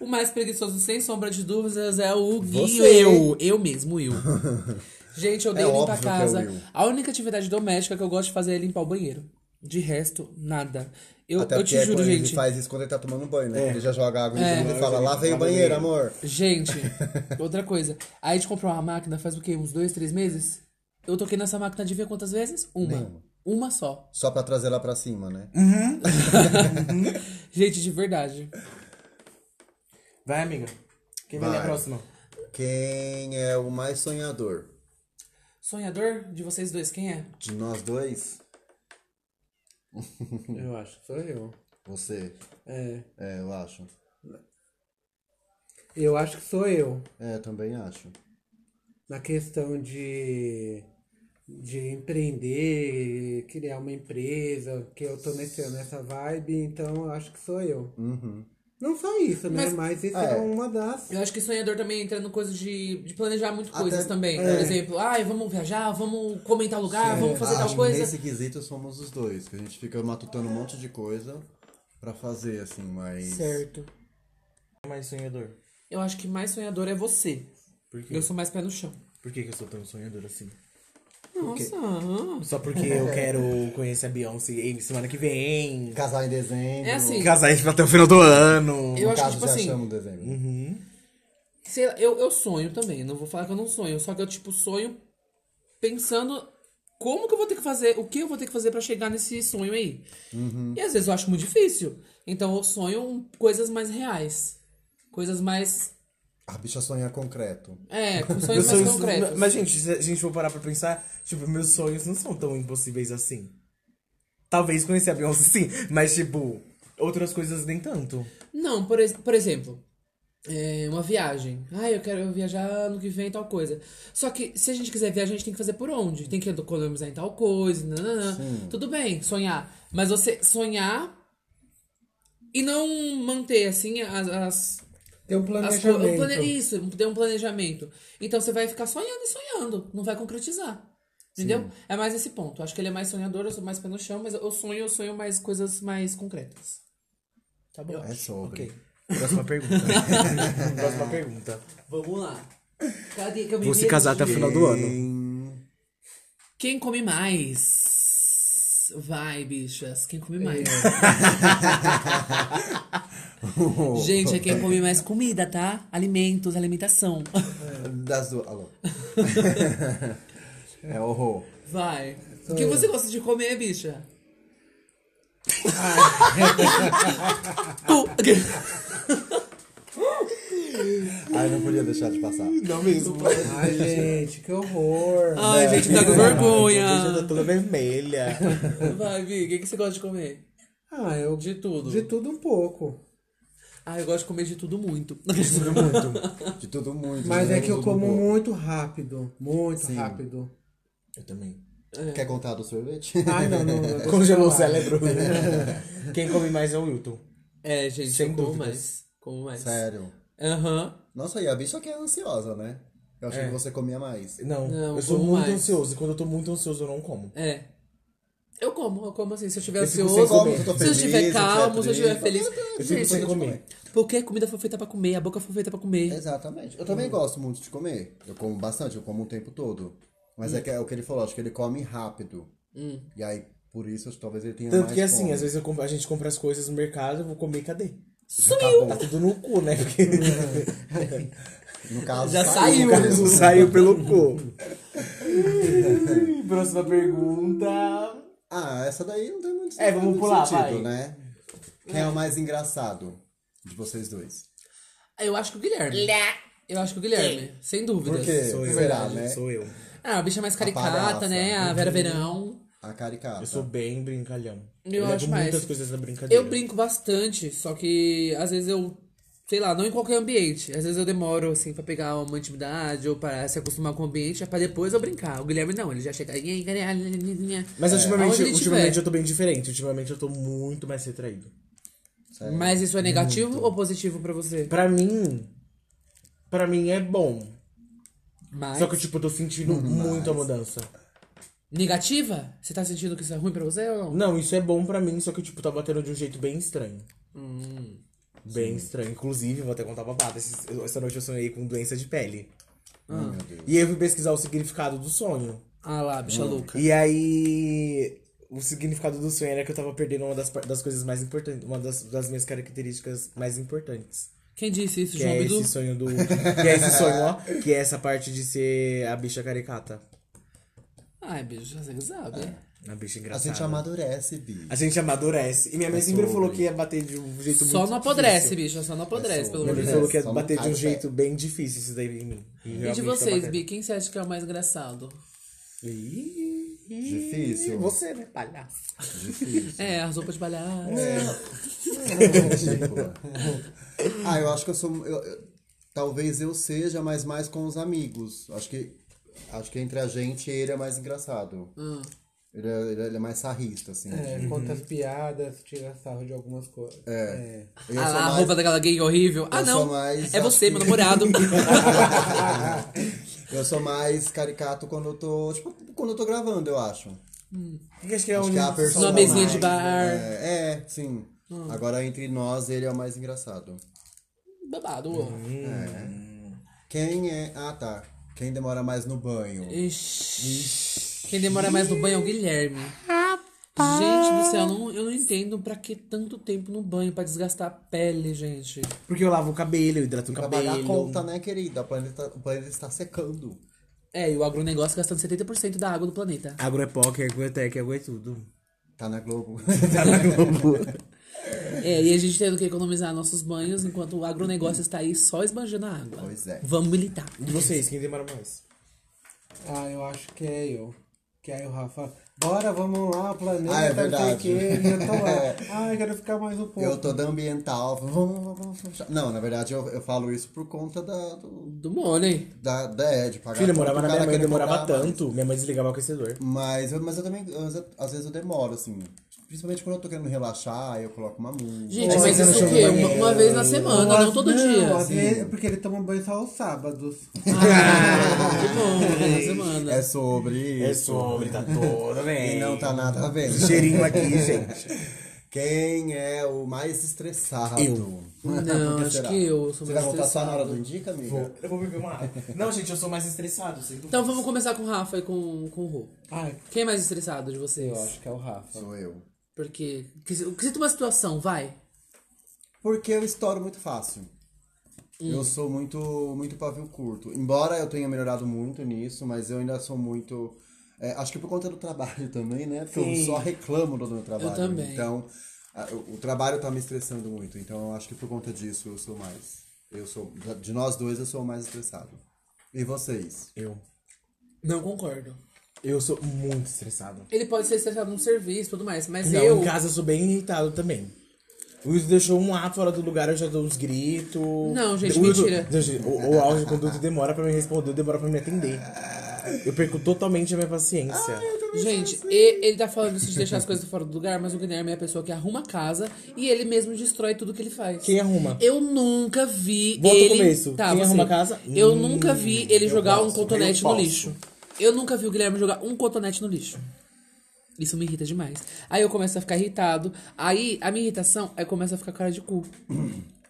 Speaker 2: O mais preguiçoso, sem sombra de dúvidas, é o Gui.
Speaker 3: Você.
Speaker 2: Eu, eu mesmo, eu. Gente, eu odeio
Speaker 3: É
Speaker 2: limpar a
Speaker 3: óbvio que é o
Speaker 2: casa.
Speaker 3: eu.
Speaker 2: a única atividade doméstica que eu gosto de fazer é limpar o banheiro. De resto, nada. Eu,
Speaker 3: Até
Speaker 2: eu
Speaker 3: porque
Speaker 2: te juro,
Speaker 3: ele
Speaker 2: gente. É.
Speaker 3: faz isso quando ele tá tomando banho, né? Ele já joga água em tudo e fala, lá veio o banheiro, amor.
Speaker 2: Gente, outra coisa. Aí a gente comprou uma máquina faz o quê? Uns dois, três meses? Eu toquei nessa máquina de ver quantas vezes? Uma. Uma só.
Speaker 3: Só pra trazer lá pra cima, né?
Speaker 2: Gente, de verdade.
Speaker 4: Vai, amiga. Quem vai,
Speaker 3: Vai.
Speaker 4: ler a próxima?
Speaker 3: Quem é o mais sonhador?
Speaker 2: Sonhador de vocês dois, quem é?
Speaker 3: De nós dois?
Speaker 5: Eu acho que sou eu.
Speaker 3: Você.
Speaker 5: É.
Speaker 3: É, eu acho.
Speaker 5: Eu acho que sou eu.
Speaker 3: É, eu também acho.
Speaker 5: na questão de, de empreender, criar uma empresa, que eu tô nesse, nessa vibe, então eu acho que sou eu. Não só isso, né?
Speaker 2: Mas-
Speaker 5: Mas, isso
Speaker 3: É.
Speaker 5: é. uma das.
Speaker 2: Eu acho que sonhador também entra no coisa de, de planejar muito
Speaker 3: Até- é.
Speaker 2: coisas também. Por exemplo, ai, vamos viajar, vamos comentar lugar, vamos fazer
Speaker 3: Acho
Speaker 2: tal
Speaker 3: que
Speaker 2: coisa.
Speaker 3: Nesse quesito somos os dois, que a gente fica matutando um monte de coisa pra fazer, assim, mas.
Speaker 5: Certo.
Speaker 4: É mais sonhador.
Speaker 2: Eu acho que mais sonhador é você.
Speaker 4: Por quê?
Speaker 2: Eu sou mais pé no chão.
Speaker 4: Por que, que eu sou tão sonhador assim?
Speaker 2: Nossa, ah.
Speaker 4: Só porque eu quero conhecer a Beyoncé em- semana que vem.
Speaker 3: Casar em dezembro.
Speaker 2: é assim.
Speaker 4: Casar isso até o final do ano.
Speaker 2: Eu
Speaker 3: No
Speaker 2: acho que,
Speaker 3: caso,
Speaker 2: tipo
Speaker 3: já
Speaker 2: assim,
Speaker 3: chamo dezembro.
Speaker 2: sei lá, eu, eu sonho também. Não vou falar que eu não sonho. Só que eu, tipo, sonho pensando como que eu vou ter que fazer, o que eu vou ter que fazer pra chegar nesse sonho aí.
Speaker 3: Uhum.
Speaker 2: E às vezes eu acho muito difícil. Então eu sonho um- coisas mais reais. Coisas mais.
Speaker 3: A bicha sonha concreto.
Speaker 2: É, com
Speaker 4: Meus
Speaker 2: sonhos mais
Speaker 4: sonhos-
Speaker 2: concretos.
Speaker 4: Mas, gente, se a gente for parar pra pensar, tipo, meus sonhos não são tão impossíveis assim. Talvez conhecer a Beyoncé, sim, mas, tipo, outras coisas nem tanto.
Speaker 2: Não, por, ex- por exemplo, é, uma viagem. Ah, eu quero viajar ano que vem, tal coisa. Só que se a gente quiser viajar, a gente tem que fazer por onde? Tem que economizar em tal coisa, nananã. Tudo bem, sonhar. Mas você sonhar e não manter, assim, as... as
Speaker 5: Tem um
Speaker 2: as
Speaker 5: planejamento.
Speaker 2: co- um plane- isso, ter um planejamento. Então você vai ficar sonhando e sonhando, não vai concretizar. Entendeu? É mais esse ponto. Acho que ele é mais sonhador, eu sou mais pé no chão, mas eu sonho, eu sonho mais coisas mais concretas. Tá bom?
Speaker 3: É sobre.
Speaker 4: Ok. Próxima pergunta. Próxima pergunta.
Speaker 2: Vamos lá. Cadê que eu me
Speaker 4: Vou se
Speaker 2: perdi?
Speaker 4: casar tá até o final do ano.
Speaker 3: Em-
Speaker 2: Quem come mais? Vai, bichas. Quem come mais? Gente, é quem come mais comida, tá? Alimentos, alimentação.
Speaker 3: Das duas. Alô. é horror.
Speaker 2: Vai. O que você gosta de comer, bicha? Tu.
Speaker 3: Ai, não podia deixar de passar.
Speaker 4: Não mesmo.
Speaker 5: Ai, gente, que horror.
Speaker 2: Ai, gente, tá com vergonha.
Speaker 4: tá toda vermelha.
Speaker 2: Vai, Vi, o que que você gosta de comer?
Speaker 5: Ah, eu de,
Speaker 2: De tudo.
Speaker 5: tudo um pouco.
Speaker 2: Ah, eu gosto de comer de tudo muito.
Speaker 3: De tudo muito.
Speaker 5: Mas
Speaker 3: de
Speaker 5: é que eu
Speaker 3: tudo um
Speaker 5: como
Speaker 3: pouco.
Speaker 5: muito rápido. Muito
Speaker 3: Sim.
Speaker 5: rápido.
Speaker 4: Eu também.
Speaker 3: Quer contar do sorvete?
Speaker 5: Ai, não, não. não
Speaker 4: Congelou o cérebro. Quem come mais é o Wilton.
Speaker 2: É, gente,
Speaker 4: Sem
Speaker 2: eu como
Speaker 4: dúvidas.
Speaker 2: mais. Como mais.
Speaker 3: Sério.
Speaker 2: Aham.
Speaker 3: Nossa, e a bicha que é ansiosa, né? Eu
Speaker 4: É.
Speaker 3: achei que você comia mais.
Speaker 4: Não,
Speaker 2: Não,
Speaker 4: eu sou
Speaker 2: como
Speaker 4: muito
Speaker 2: mais.
Speaker 4: ansioso. E quando eu tô muito ansioso, eu não como.
Speaker 2: É. Eu como, eu como assim. Se eu estiver
Speaker 4: Eu fico
Speaker 2: ansioso,
Speaker 4: sem comer.
Speaker 2: se
Speaker 3: Eu tô
Speaker 2: eu estiver
Speaker 3: feliz, eu tô
Speaker 2: calmo, se eu estiver
Speaker 3: feliz.
Speaker 2: feliz.
Speaker 4: Eu fico
Speaker 2: Gente,
Speaker 4: sem comer.
Speaker 2: porque a comida foi feita pra comer, a boca foi feita pra comer.
Speaker 3: Exatamente. Eu também
Speaker 4: Hum.
Speaker 3: gosto muito de comer. Eu como bastante, eu como o tempo todo. Mas
Speaker 4: Hum.
Speaker 3: é, que, é o que ele falou, acho que ele come rápido. E aí, por isso, acho que talvez ele tenha
Speaker 4: Tanto
Speaker 3: mais
Speaker 4: que assim,
Speaker 3: fome.
Speaker 4: às vezes eu compro- a gente compra as coisas no mercado, eu vou comer cadê?
Speaker 3: Já
Speaker 4: Tá
Speaker 3: acabou.
Speaker 4: tudo no cu, né? Porque
Speaker 3: No caso,
Speaker 2: Já saiu.
Speaker 4: saiu né? pelo cu. Próxima pergunta.
Speaker 3: Ah, essa daí não tem muito,
Speaker 4: É, vamos
Speaker 3: muito
Speaker 4: pular, vai.
Speaker 3: sentido, né? Quem é o mais engraçado de vocês dois?
Speaker 2: Eu acho que o Guilherme. Eu acho que o Guilherme, sem dúvidas.
Speaker 3: Por quê?
Speaker 4: Sou eu,
Speaker 3: Será,
Speaker 4: gente,
Speaker 3: né?
Speaker 4: Sou eu.
Speaker 2: Ah, a bicha é mais caricata,
Speaker 3: palhaça.
Speaker 2: né? A Vera Verão.
Speaker 3: A caricata.
Speaker 4: Eu sou bem brincalhão.
Speaker 2: Eu
Speaker 4: levo
Speaker 2: acho mais.
Speaker 4: muitas coisas da brincadeira.
Speaker 2: Eu brinco bastante, só que às vezes eu. Sei lá, não em qualquer ambiente. Às vezes eu demoro, assim, pra pegar uma intimidade ou pra se acostumar com o ambiente, pra depois eu brincar. O Guilherme não, ele já chega.
Speaker 4: Mas ultimamente,
Speaker 2: É, Aonde ele
Speaker 4: ultimamente
Speaker 2: tiver.
Speaker 4: eu tô bem diferente. Ultimamente eu tô muito mais retraído.
Speaker 3: Sério.
Speaker 2: Mas isso é negativo ou positivo pra você?
Speaker 4: Pra mim. Pra mim é bom.
Speaker 2: Mas...
Speaker 4: Só que, tipo, eu tô sentindo muito a mudança.
Speaker 2: Negativa? Você tá sentindo que isso é ruim pra você ou não?
Speaker 4: Não, isso é bom pra mim, só que, tipo, tá batendo de um jeito bem estranho.
Speaker 2: Hum,
Speaker 4: Bem estranho. Inclusive, vou até contar uma babada. esses- eu- Essa noite eu sonhei com doença de pele.
Speaker 3: Ai, meu Deus.
Speaker 4: E aí eu fui pesquisar o significado do sonho.
Speaker 2: Ah lá, bicha louca.
Speaker 4: E aí. O significado do sonho era que eu tava perdendo uma das, par- das coisas mais importantes, uma das, das minhas características mais importantes.
Speaker 2: Quem disse isso,
Speaker 4: Que
Speaker 2: João
Speaker 4: é
Speaker 2: Bidu?
Speaker 4: esse sonho do. Que é esse sonho, ó. Que é essa parte de ser a bicha caricata.
Speaker 2: Ai, bicho, você que sabe.
Speaker 4: A bicha
Speaker 3: A
Speaker 4: engraçada.
Speaker 3: gente amadurece, Bi.
Speaker 4: A gente amadurece. E minha mãe
Speaker 3: É
Speaker 4: sempre falou
Speaker 3: sobre.
Speaker 4: que ia bater de um jeito muito
Speaker 2: Só não apodrece,
Speaker 4: difícil.
Speaker 2: bicha, só não apodrece,
Speaker 3: É
Speaker 2: pelo
Speaker 3: só-
Speaker 2: amor de
Speaker 4: Ele
Speaker 3: É,
Speaker 4: falou
Speaker 2: Deus.
Speaker 4: que ia
Speaker 3: só não
Speaker 4: bater de
Speaker 3: cai
Speaker 4: um
Speaker 3: do
Speaker 4: jeito bem difícil isso daí em mim. tá
Speaker 2: E
Speaker 4: é
Speaker 2: de vocês, Bi, quem você acha que é o mais engraçado?
Speaker 4: Difícil.
Speaker 3: Difícil.
Speaker 4: Você, né, palhaço?
Speaker 3: Difícil.
Speaker 2: É, as roupas de palhaço.
Speaker 3: Ridícula. ah, eu acho que eu sou. eu- eu- talvez eu seja, mas
Speaker 2: Hum.
Speaker 3: mais com os amigos. Acho que. Acho que entre a gente ele é mais engraçado. Ele é, ele é- ele é mais sarrista, assim.
Speaker 5: É, conta as piadas, tira sarro de algumas coisas. É.
Speaker 3: Eu
Speaker 2: Ah,
Speaker 3: sou
Speaker 2: lá, a
Speaker 3: mais-
Speaker 2: roupa daquela gay horrível. Ah,
Speaker 3: eu
Speaker 2: não.
Speaker 3: sou mais assim.
Speaker 2: É você, meu
Speaker 3: aqui.
Speaker 2: namorado.
Speaker 3: Eu sou mais caricato quando eu tô. Tipo, quando eu tô gravando, eu acho.
Speaker 4: Porque acho que é
Speaker 3: Acho
Speaker 4: um.
Speaker 3: que é a persona
Speaker 2: Numa mesinha
Speaker 3: mais,
Speaker 2: de bar. Hum.
Speaker 3: É, é, sim. Agora entre nós ele é o mais engraçado.
Speaker 2: Babado, ó.
Speaker 3: Quem é. Ah, tá. Quem demora mais no banho?
Speaker 2: Ixi. Quem demora mais no banho é o Guilherme. Gente do céu, não- eu não entendo pra que tanto tempo no banho pra desgastar a pele, gente.
Speaker 4: Porque eu lavo o cabelo, eu hidrato o
Speaker 3: Pra pagar a
Speaker 4: cabelo.
Speaker 3: conta, né, querida? O planeta, o planeta está secando.
Speaker 2: É, e o agronegócio gastando 70% da água do planeta.
Speaker 4: Agro é POC, é Agroetec, é Agro é tudo.
Speaker 3: Tá na Globo.
Speaker 2: É, e a gente tendo que economizar nossos banhos enquanto o agronegócio está aí só esbanjando a água.
Speaker 3: Pois é.
Speaker 2: Vamos militar.
Speaker 4: E vocês, quem demora mais?
Speaker 5: Ah, eu acho que é eu. Que aí o Rafa, bora, vamos lá, planeta,
Speaker 3: Ah, é
Speaker 5: não sei o
Speaker 3: verdade.
Speaker 5: quê, e eu tô lá. Ah, eu quero ficar mais um pouco.
Speaker 3: eu tô da ambiental. Vamos, vamos, vamos, vamos. Não, na verdade eu, eu falo isso por conta da. do-
Speaker 2: Do Money.
Speaker 3: da, da é, de pagar
Speaker 4: Filha, eu
Speaker 3: conta,
Speaker 4: morava
Speaker 3: o
Speaker 4: na
Speaker 3: cara
Speaker 4: minha mãe, eu
Speaker 3: querer
Speaker 4: demorava
Speaker 3: pagar, mas-
Speaker 4: tanto. Minha mãe desligava o aquecedor.
Speaker 3: Mas eu, mas eu também, às vezes- às vezes eu demoro, assim. Principalmente quando eu tô querendo relaxar, aí eu coloco uma música.
Speaker 2: Gente,
Speaker 4: Aí
Speaker 2: mas
Speaker 4: você não
Speaker 2: isso o
Speaker 4: chama
Speaker 2: quê?
Speaker 4: no
Speaker 2: Uma,
Speaker 4: banheiro.
Speaker 2: uma vez na semana, não
Speaker 5: Mas
Speaker 2: todo
Speaker 5: às
Speaker 2: dia.
Speaker 5: vezes- porque ele toma banho só aos sábados.
Speaker 2: Que bom, uma vez na semana.
Speaker 3: É sobre
Speaker 4: É
Speaker 3: isso.
Speaker 4: sobre, tá toda bem.
Speaker 3: E não tá nada a ver.
Speaker 4: Cheirinho aqui, gente.
Speaker 3: Quem é o mais estressado? Eu.
Speaker 2: Não, acho que eu sou
Speaker 3: Você vai
Speaker 2: mais
Speaker 3: voltar só na hora
Speaker 2: estressado.
Speaker 3: do indica, amiga?
Speaker 4: Eu vou beber uma água. Não, gente, eu sou mais estressado. Sei
Speaker 2: Então vamos começar com o Rafa e com, com o Rô.
Speaker 5: Ai,
Speaker 2: Quem é mais estressado de vocês?
Speaker 5: eu acho que é o Rafa.
Speaker 3: Sou eu.
Speaker 2: Porque. que- que Cita uma situação, vai.
Speaker 3: Porque eu estouro muito fácil. Eu sou muito, muito pavio curto. Embora eu tenha melhorado muito nisso, mas eu ainda sou muito. é, acho que por conta do trabalho também, né? Porque eu só reclamo do meu trabalho.
Speaker 2: também.
Speaker 3: Então, a- o, o trabalho tá me estressando muito. Então, eu acho que por conta disso eu sou mais. Eu sou. De nós dois, eu sou o mais estressado. E vocês?
Speaker 4: Eu.
Speaker 2: Não concordo.
Speaker 4: Eu sou muito estressado.
Speaker 2: Ele pode ser estressado no serviço e tudo mais, mas
Speaker 4: Não, um
Speaker 2: eu.
Speaker 4: em casa eu sou bem irritado também. O Wilson deixou um ar fora do lugar, eu já dou uns gritos.
Speaker 2: Não, gente,
Speaker 4: O Wilson-
Speaker 2: mentira.
Speaker 4: Gente, o, o áudio quando o Wilson demora pra me responder, demora pra me atender. Eu perco totalmente a minha paciência.
Speaker 2: Gente, e- ele tá falando isso de deixar as coisas fora do lugar, mas o Guilherme é a pessoa que arruma a casa e ele mesmo destrói tudo que ele faz.
Speaker 4: Quem arruma?
Speaker 2: Eu nunca vi
Speaker 4: Volta ao
Speaker 2: ele.
Speaker 4: começo.
Speaker 2: Tá,
Speaker 4: Quem
Speaker 2: você.
Speaker 4: arruma a casa?
Speaker 2: Eu
Speaker 4: Hum,
Speaker 2: nunca vi ele
Speaker 4: eu
Speaker 2: jogar um
Speaker 4: posso,
Speaker 2: cotonete
Speaker 4: eu
Speaker 2: no
Speaker 4: posso.
Speaker 2: lixo. Eu nunca vi o Guilherme jogar um cotonete no lixo. Isso me irrita demais. Aí eu começo a ficar irritado. Aí a minha irritação, aí começa a ficar cara de cu.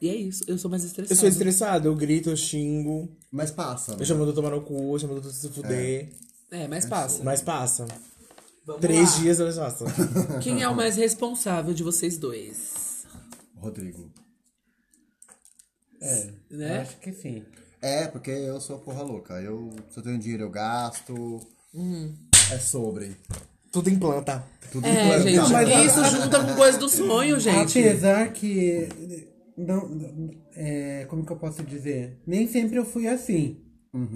Speaker 2: e é isso. Eu sou mais estressado.
Speaker 4: Eu sou estressado, eu grito, eu xingo,
Speaker 3: Mas passa. né?
Speaker 4: eu chamo do tomar no cu, eu chamo do se fuder.
Speaker 2: É, mas passa.
Speaker 4: Mas passa.
Speaker 2: Vamos
Speaker 4: Três
Speaker 2: lá.
Speaker 4: dias, mas passa.
Speaker 2: Quem é o mais responsável de vocês dois?
Speaker 3: Rodrigo.
Speaker 5: É,
Speaker 2: Né?
Speaker 5: eu acho que sim.
Speaker 3: É, porque eu sou porra louca. Eu, se eu tenho dinheiro, eu gasto. É sobre.
Speaker 4: Tudo em planta.
Speaker 3: Tudo
Speaker 2: Uhum. É, gente,
Speaker 3: implantado.
Speaker 2: isso junta com coisa do
Speaker 4: Ah,
Speaker 2: sonho, gente.
Speaker 5: Apesar que. Não, é, como que eu posso dizer? Nem sempre eu fui assim.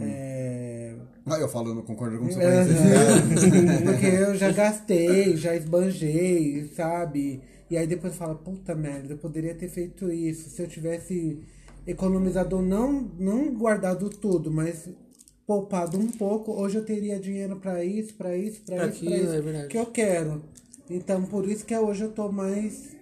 Speaker 5: É,
Speaker 3: Ah, eu falo, eu não concordo com o seu
Speaker 2: Uhum.
Speaker 5: Aham. Porque eu já gastei, já esbanjei, sabe? E aí depois fala, puta merda, eu poderia ter feito isso. Se eu tivesse economizado, não, não guardado tudo, mas poupado um pouco, hoje eu teria dinheiro pra isso, pra isso, pra
Speaker 2: Pra
Speaker 5: isso, pra
Speaker 2: aquilo,
Speaker 5: isso,
Speaker 2: é verdade.
Speaker 5: que eu quero. Então por isso que hoje eu tô mais...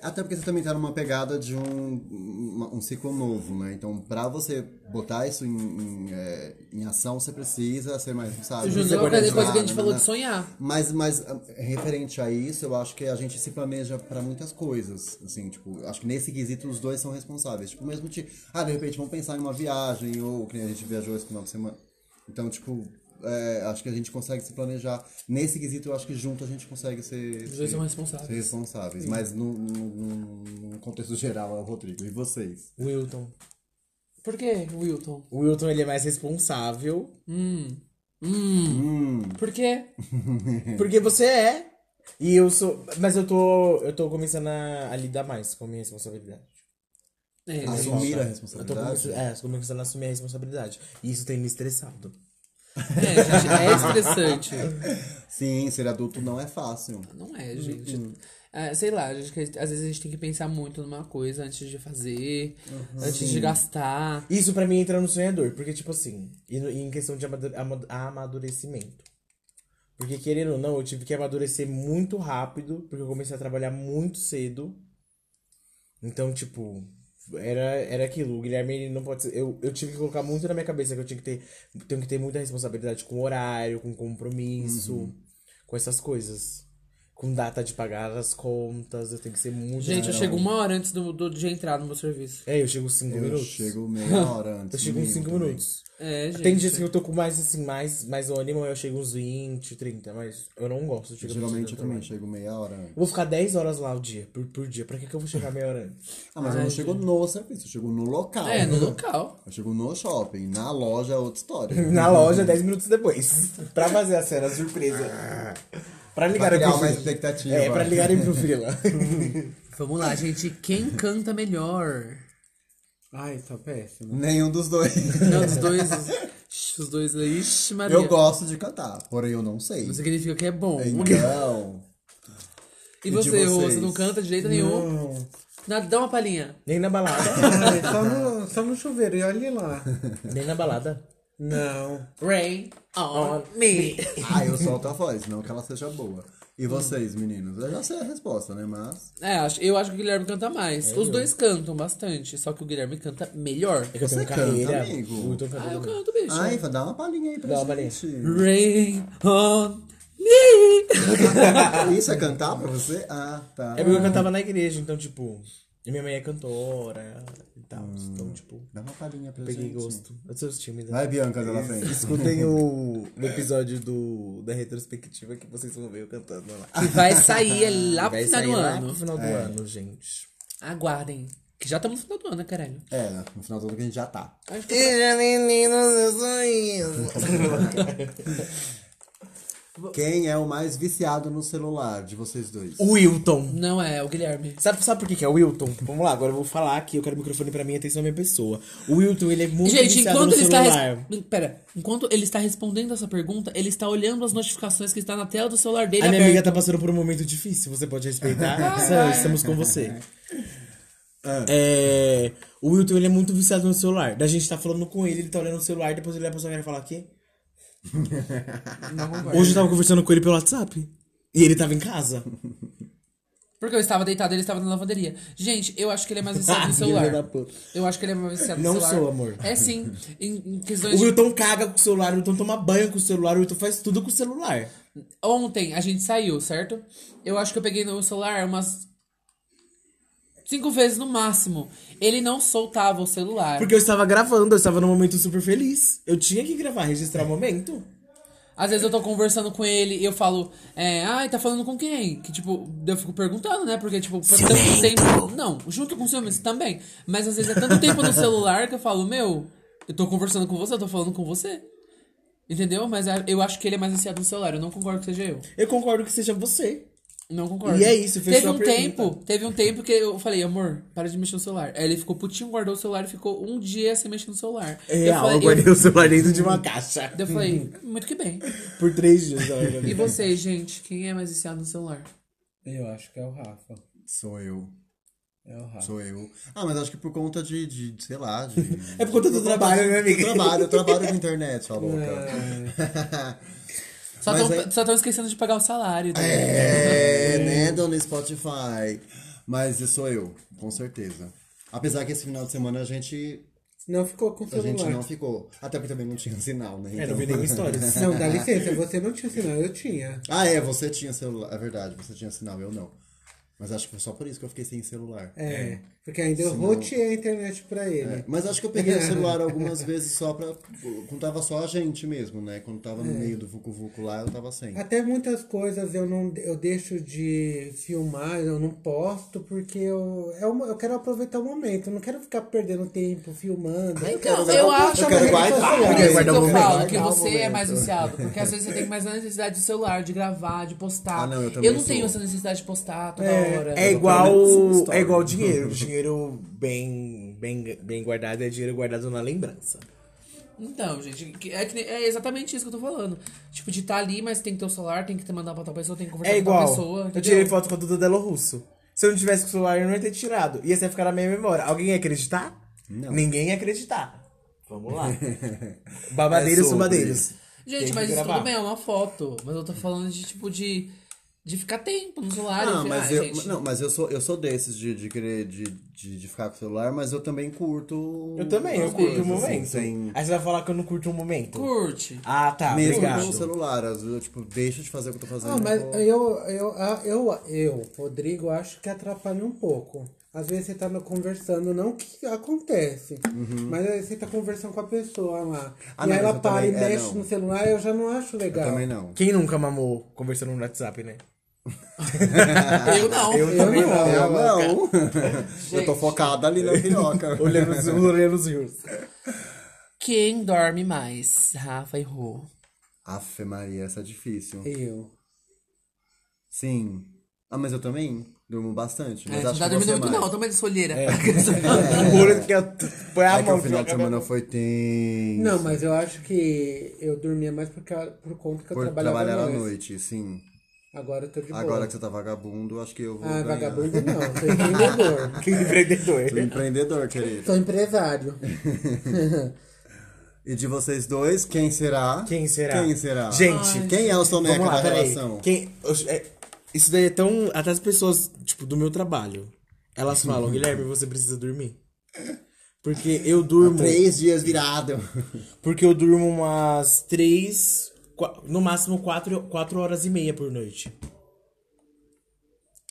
Speaker 3: Até porque você também tá numa pegada de um, uma- um ciclo novo, né? Então, pra você botar isso em, em, é, em ação, você precisa ser mais responsável.
Speaker 2: Júnior,
Speaker 3: Você
Speaker 2: uma coisa-
Speaker 3: organizar,
Speaker 2: coisa que a gente
Speaker 3: né,
Speaker 2: falou
Speaker 3: né?
Speaker 2: de sonhar.
Speaker 3: Mas, mas ah, referente a isso, eu acho que a gente se planeja pra muitas coisas, assim, tipo, acho que nesse quesito os dois são responsáveis. Tipo, mesmo tipo, ah, de repente vamos pensar em uma viagem, ou que nem a gente viajou esse final de semana. Então, tipo, é, acho que a gente consegue se planejar. Nesse quesito, eu acho que junto a gente consegue ser...
Speaker 2: Os dois são responsáveis.
Speaker 3: Ser responsáveis, mas no, no- no contexto geral é o Rodrigo. E vocês?
Speaker 4: O Wilton.
Speaker 2: Por quê, Wilton?
Speaker 4: O Wilton, ele é mais responsável.
Speaker 2: Por quê?
Speaker 3: Hum.
Speaker 4: Porque você é. E eu sou. Mas eu tô. Eu tô começando a, a lidar mais com a minha responsabilidade.
Speaker 2: É,
Speaker 4: Ah.
Speaker 2: né?
Speaker 3: Assumir a
Speaker 4: Eu tô começando,
Speaker 3: responsabilidade?
Speaker 4: é, tô começando a assumir a responsabilidade. E isso tem me estressado.
Speaker 2: É, gente, é estressante.
Speaker 3: Sim, ser adulto não é fácil.
Speaker 2: Não é, gente.
Speaker 4: Uhum.
Speaker 2: É, sei lá, gente, que às vezes a gente tem que pensar muito numa coisa antes de fazer,
Speaker 4: Uhum.
Speaker 2: antes de gastar.
Speaker 4: Isso pra mim entra no sonhador, porque, tipo assim, e, no- e em questão de amadu- amad- amadurecimento. Porque, querendo ou não, eu tive que amadurecer muito rápido, porque eu comecei a trabalhar muito cedo. Então, tipo, era, era aquilo. O Guilherme ele não pode ser. Eu, eu tive que colocar muito na minha cabeça que eu tinha que ter, tenho que ter muita responsabilidade com horário, com compromisso, com essas coisas. Com data de pagar as contas, eu tenho que ser muito.
Speaker 2: Gente, eu
Speaker 4: não.
Speaker 2: chego uma hora antes do, do- de entrar no meu serviço.
Speaker 4: É, eu chego cinco
Speaker 3: Eu
Speaker 4: minutos.
Speaker 3: chego meia hora antes.
Speaker 4: Eu chego uns
Speaker 3: mínimo
Speaker 4: 5
Speaker 3: também.
Speaker 4: minutos.
Speaker 2: É, gente.
Speaker 4: Tem dias que eu tô com mais, assim, mais, mais ânimo, eu chego uns 20, 30, mas eu não gosto de chegar
Speaker 3: Geralmente eu
Speaker 4: cedo no trabalho.
Speaker 3: também chego meia hora antes.
Speaker 4: Eu vou ficar 10 horas lá o dia, por, por dia. Pra que, que eu vou chegar meia hora antes?
Speaker 3: Ah, mas eu não chego no serviço, eu chego no local.
Speaker 2: É, no local.
Speaker 3: Eu chego no shopping, na loja é outra história.
Speaker 4: Na loja, 10 minutos depois. Pra fazer a cena surpresa. Pra ligarem
Speaker 3: criar
Speaker 4: pro
Speaker 3: mais
Speaker 4: Frila.
Speaker 3: expectativa.
Speaker 4: É, pra ligarem pro Frila.
Speaker 2: Vamos lá, gente. Quem canta melhor?
Speaker 5: Ai, tá péssimo.
Speaker 3: Nenhum dos dois.
Speaker 2: Não, os dois. Os, os dois aí. Ixi, Maria.
Speaker 3: Eu gosto de cantar, porém eu não sei.
Speaker 2: Não significa que é bom.
Speaker 3: Então.
Speaker 2: E
Speaker 3: de
Speaker 2: você, Rô? Você
Speaker 3: vocês?
Speaker 2: não canta de jeito nenhum? Nada, dá uma palhinha.
Speaker 4: Nem na balada.
Speaker 5: Ai, só, no, só no chuveiro, e olhe lá.
Speaker 4: Nem na balada.
Speaker 5: Não.
Speaker 2: Rain on me.
Speaker 3: Ah, eu solto a voz, não que ela seja boa. E vocês, meninos? Eu já sei a resposta, né? Mas.
Speaker 2: É, acho- eu acho que o Guilherme canta mais. Os dois cantam bastante, só que o Guilherme canta melhor.
Speaker 4: É que eu
Speaker 3: Você
Speaker 4: tenho
Speaker 3: canta,
Speaker 4: carreira.
Speaker 3: amigo?
Speaker 4: Eu tenho
Speaker 2: Ah, eu
Speaker 4: carreira.
Speaker 2: canto, bicho.
Speaker 3: Ai, vai dar uma palhinha aí pra
Speaker 4: Dá uma palhinha.
Speaker 3: gente.
Speaker 2: Rain on me.
Speaker 3: Isso é cantar pra você? Ah, tá.
Speaker 4: É porque eu cantava na igreja, então, tipo... e Minha mãe é cantora e tal.
Speaker 3: Hum.
Speaker 4: Então, tipo...
Speaker 3: Dá uma palhinha pra
Speaker 4: Peguei
Speaker 3: gente.
Speaker 4: gosto. Eu sou tímida.
Speaker 3: Vai, Bianca, lá na frente.
Speaker 4: Escutem o, o episódio do, da retrospectiva que vocês vão ver eu cantando lá.
Speaker 2: E vai sair lá Ah, pro
Speaker 4: Vai
Speaker 2: final
Speaker 4: sair
Speaker 2: do
Speaker 4: lá
Speaker 2: ano.
Speaker 4: pro final do ano, gente.
Speaker 2: Aguardem. Que já estamos no final do ano, né, caralho?
Speaker 3: É, no final do ano que a gente já tá.
Speaker 2: Acho que-
Speaker 4: Seja menino, eu sonho.
Speaker 3: Quem é o mais viciado no celular de vocês dois?
Speaker 4: O Wilton.
Speaker 2: Não é, o Guilherme.
Speaker 4: Sabe, sabe por que que é o Wilton? Vamos lá, agora eu vou falar aqui, eu quero o microfone pra mim, atenção à minha pessoa. O Wilton, ele é muito
Speaker 2: Gente,
Speaker 4: viciado
Speaker 2: enquanto
Speaker 4: no
Speaker 2: ele está.
Speaker 4: celular.
Speaker 2: res- Pera, enquanto ele está respondendo essa pergunta, ele está olhando as notificações que está na tela do celular dele.
Speaker 4: A minha
Speaker 2: aberto.
Speaker 4: amiga tá passando por um momento difícil, você pode respeitar. Sam, estamos com você. É, o Wilton ele é muito viciado no celular. Da gente tá falando com ele, ele tá olhando o celular, depois ele vai pra sua cara e fala: Quê? tá- Hoje eu tava conversando com ele pelo WhatsApp. E ele tava em casa.
Speaker 2: Porque eu estava deitado, ele estava na lavanderia. Gente, eu acho que ele é mais viciado no
Speaker 4: Ah, Filha
Speaker 2: celular.
Speaker 4: da puta.
Speaker 2: Eu acho que ele é mais viciado
Speaker 4: Não
Speaker 2: no celular.
Speaker 4: sou, amor.
Speaker 2: É sim. Em, em questões
Speaker 4: O
Speaker 2: de-
Speaker 4: Wilton caga com o celular, o Wilton toma banho com o celular, o Wilton faz tudo com o celular.
Speaker 2: Ontem a gente saiu, certo? Eu acho que eu peguei no celular umas. Cinco vezes no máximo. Ele não soltava o celular.
Speaker 4: Porque eu estava gravando, eu estava num momento super feliz. Eu tinha que gravar, registrar o momento.
Speaker 2: Às vezes eu tô conversando com ele e eu falo, é, ai, tá falando com quem? Que tipo, eu fico perguntando, né? Porque, tipo, por tanto tempo. Não, junto com ciúmes também. Mas às vezes é tanto tempo no celular que eu falo, meu, eu tô conversando com você, eu tô falando com você. Entendeu? Mas a- eu acho que ele é mais viciado no celular. Eu não concordo que seja eu.
Speaker 4: Eu concordo que seja você.
Speaker 2: Não concordo.
Speaker 4: E é isso, fechou
Speaker 2: Teve
Speaker 4: a
Speaker 2: um
Speaker 4: pergunta.
Speaker 2: tempo, teve um tempo que eu falei, amor, para de mexer no celular. Aí ele ficou putinho, guardou o celular e ficou um dia sem mexer no celular.
Speaker 4: É Uhum.
Speaker 2: eu
Speaker 4: real,
Speaker 2: falei,
Speaker 4: eu guardei o celular dentro de uma caixa.
Speaker 2: eu falei, muito que bem.
Speaker 4: Por três dias. olha,
Speaker 2: E
Speaker 4: amiga.
Speaker 2: vocês, gente, quem é mais viciado no celular?
Speaker 5: Eu acho que é o Rafa.
Speaker 3: Sou eu.
Speaker 5: É o Rafa.
Speaker 3: Sou eu. Ah, mas acho que por conta de, de de, sei lá, de.
Speaker 4: É por conta do trabalho, né, amiga? É.
Speaker 3: Eu trabalho, eu trabalho com internet, sua louca.
Speaker 2: Só
Speaker 3: Mas
Speaker 2: estão
Speaker 3: aí-
Speaker 2: esquecendo de pagar o salário. né?
Speaker 3: É, né, dona Spotify. Mas eu sou eu, com certeza. Apesar que esse final de semana a gente,
Speaker 5: Não ficou com o
Speaker 3: a
Speaker 5: celular.
Speaker 3: gente não ficou. Até porque também não tinha sinal, né?
Speaker 4: É, não
Speaker 3: Então-
Speaker 4: vi nenhuma história.
Speaker 5: Não, dá licença, você não tinha sinal, eu tinha.
Speaker 3: Ah, é, você tinha celular. É verdade, você tinha sinal, eu não. Mas acho que foi só por isso que eu fiquei sem celular.
Speaker 5: É. Porque ainda eu roteei a internet pra ele.
Speaker 3: Mas acho que eu peguei o celular algumas vezes só pra. Quando tava só a gente mesmo, né? Quando tava
Speaker 4: É.
Speaker 3: no meio do Vucu Vucu lá, eu tava
Speaker 4: Ah,
Speaker 3: sem.
Speaker 5: Até muitas coisas eu não eu deixo de filmar, eu não posto, porque eu, é uma- eu quero aproveitar o momento, eu não quero ficar perdendo tempo filmando.
Speaker 2: Então, eu,
Speaker 5: Eu
Speaker 2: acho
Speaker 5: quero
Speaker 2: que é
Speaker 5: guardar-
Speaker 2: por
Speaker 5: eu
Speaker 2: isso
Speaker 5: quero
Speaker 2: que
Speaker 4: guardar o
Speaker 2: eu
Speaker 4: momento.
Speaker 2: falo que
Speaker 5: Guardar o
Speaker 2: você é mais viciado. Porque às vezes você tem mais a necessidade do celular, de gravar, de postar.
Speaker 3: Ah, não, eu também
Speaker 2: não
Speaker 3: sou.
Speaker 2: tenho essa necessidade de postar toda hora.
Speaker 4: É
Speaker 3: menos uma
Speaker 4: igual,
Speaker 3: história.
Speaker 4: é igual dinheiro. Dinheiro bem, bem, bem guardado é dinheiro guardado na lembrança.
Speaker 2: Então, gente, que- é, que nem- é exatamente isso que eu tô falando. Tipo, de estar ali, mas tem que ter o celular, tem que ter mandar pra outra pessoa, tem que conversar
Speaker 4: É
Speaker 2: com outra
Speaker 4: igual.
Speaker 2: pessoa.
Speaker 4: eu
Speaker 2: entendeu?
Speaker 4: tirei foto com a Duda Delo Russo. Se eu não tivesse com o celular, eu não ia ter tirado. Ia ser ficar na minha memória. Alguém ia acreditar? Ninguém ia acreditar. Vamos lá. Babadeiros,
Speaker 3: É sobre.
Speaker 4: subadeiros. Tem
Speaker 2: Gente,
Speaker 4: que
Speaker 2: mas isso
Speaker 4: gravar.
Speaker 2: tudo bem, é uma foto. Mas eu tô falando de tipo de. De ficar tempo no celular.
Speaker 3: Não,
Speaker 2: enfim.
Speaker 3: mas
Speaker 2: Ah,
Speaker 3: eu,
Speaker 2: gente,
Speaker 3: não, mas eu sou, eu sou desses de, de querer de, de, de ficar com o celular, mas eu também curto.
Speaker 4: Eu também, eu
Speaker 3: as
Speaker 4: curto o
Speaker 3: coisas,
Speaker 4: momento.
Speaker 3: Assim, sem-
Speaker 4: Aí você vai falar que eu não curto o momento.
Speaker 2: Curte.
Speaker 4: Ah, tá.
Speaker 3: mesmo
Speaker 4: obrigado.
Speaker 3: com o um celular, às vezes eu tipo, deixo de fazer o que eu tô fazendo.
Speaker 5: Ah, mas
Speaker 3: vou-
Speaker 5: eu, eu, ah, eu, eu, Rodrigo, acho que atrapalha um pouco. Às vezes você tá no- conversando, não que acontece, mas aí você tá conversando com a pessoa lá.
Speaker 3: Uhum. Ah,
Speaker 5: e
Speaker 3: não,
Speaker 5: aí
Speaker 3: mas
Speaker 5: ela
Speaker 3: eu
Speaker 5: para e
Speaker 3: também- é,
Speaker 5: mexe
Speaker 3: não.
Speaker 5: no celular, eu já não acho
Speaker 3: Eu
Speaker 5: legal.
Speaker 3: também não.
Speaker 4: Quem nunca mamou conversando no WhatsApp, né?
Speaker 2: Eu não.
Speaker 4: Eu também não.
Speaker 3: Eu não. eu tô
Speaker 2: Gente.
Speaker 3: focada ali na piroca.
Speaker 4: Olhando os, olhando os rios.
Speaker 2: Quem dorme mais? Rafa e Rô.
Speaker 3: Afe Maria, essa é difícil.
Speaker 5: Eu.
Speaker 3: Sim. Ah, mas eu também durmo bastante. Mas
Speaker 2: É, não
Speaker 3: acho
Speaker 2: tá
Speaker 3: que você
Speaker 2: dormindo muito,
Speaker 3: mais.
Speaker 2: não. Toma de solheira.
Speaker 4: O olho que é- põe a
Speaker 3: É que
Speaker 4: mão.
Speaker 3: o final de
Speaker 4: joga
Speaker 3: semana
Speaker 4: a mão.
Speaker 3: foi tenso.
Speaker 5: Não, mas eu acho que eu dormia mais porque, eu- por conta que eu
Speaker 3: Por
Speaker 5: trabalhava
Speaker 3: trabalhar à
Speaker 5: mais.
Speaker 3: noite, sim.
Speaker 5: Agora eu tô de boa.
Speaker 3: Agora que você tá vagabundo, acho que eu vou
Speaker 5: Ah,
Speaker 3: ganhar.
Speaker 5: vagabundo não, sou empreendedor.
Speaker 4: Que empreendedor. é
Speaker 3: Sou um empreendedor, querido.
Speaker 5: sou empresário.
Speaker 3: E de vocês dois, quem será?
Speaker 4: Quem será?
Speaker 3: Quem será?
Speaker 4: Gente,
Speaker 3: quem é o soneca
Speaker 4: Vamos lá,
Speaker 3: da
Speaker 4: peraí.
Speaker 3: relação?
Speaker 4: Quem, eu- é- isso daí é tão. Até as pessoas, tipo, do meu trabalho, elas
Speaker 3: Uhum.
Speaker 4: falam, Guilherme, você precisa dormir. Porque eu durmo.
Speaker 3: Tá Três dias virado.
Speaker 4: Porque eu durmo umas três. qua- No máximo quatro, quatro horas e meia por noite.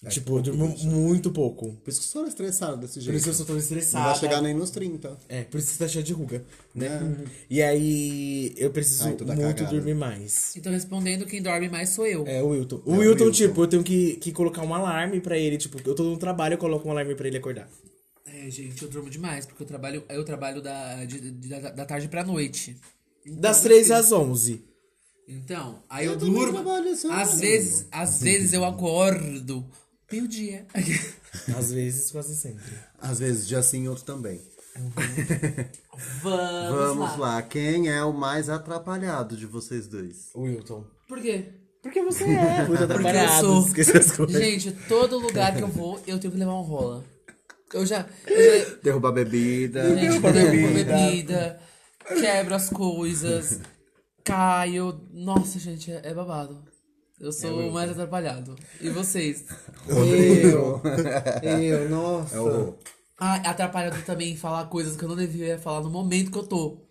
Speaker 3: É
Speaker 4: tipo, eu durmo muito pouco.
Speaker 3: Por isso que eu sou estressado desse
Speaker 4: Por
Speaker 3: jeito.
Speaker 4: isso eu sou tão
Speaker 3: Não
Speaker 4: estressada.
Speaker 3: vai chegar nem nos 30.
Speaker 4: É, por isso que você tá cheio de ruga, né? E aí eu preciso
Speaker 3: Ai, toda
Speaker 4: muito
Speaker 3: Tá, então cagada.
Speaker 4: dormir mais.
Speaker 2: Então, respondendo, quem dorme mais sou eu.
Speaker 4: É, o Wilton. O
Speaker 3: o
Speaker 4: Wilton,
Speaker 3: Wilton.
Speaker 4: tipo, eu tenho que, que colocar um alarme pra ele. Tipo, eu tô no trabalho, eu coloco um alarme pra ele acordar.
Speaker 2: É, gente, eu durmo demais, porque eu trabalho, eu trabalho da, de- de- da, da tarde pra noite.
Speaker 4: Das 3 às 11.
Speaker 2: Então, aí eu,
Speaker 3: também
Speaker 2: durmo.
Speaker 3: trabalho assim,
Speaker 2: Às
Speaker 3: mano.
Speaker 2: vezes, às vezes eu acordo. Meio-dia.
Speaker 4: Às vezes, quase sempre.
Speaker 3: Às vezes, dia sim, outro também.
Speaker 2: Vamos,
Speaker 3: Vamos
Speaker 2: lá.
Speaker 3: lá. Quem é o mais atrapalhado de vocês dois?
Speaker 4: O Wilton.
Speaker 2: Por quê?
Speaker 4: Porque você é muito
Speaker 2: eu
Speaker 4: atrapalhado.
Speaker 2: sou.
Speaker 4: Esqueci as coisas.
Speaker 2: Gente, todo lugar que eu vou, eu tenho que levar um rola. Eu já. Eu já
Speaker 3: Derrubar bebida. né?
Speaker 2: gente, derrubo bebida. quebro as coisas, caio. Nossa, gente, é, é babado. Eu sou o mais atrapalhado. E vocês?
Speaker 5: Eu. Eu, nossa.
Speaker 3: É o...
Speaker 2: Ah, atrapalhado também em falar coisas que eu não devia falar no momento que eu tô.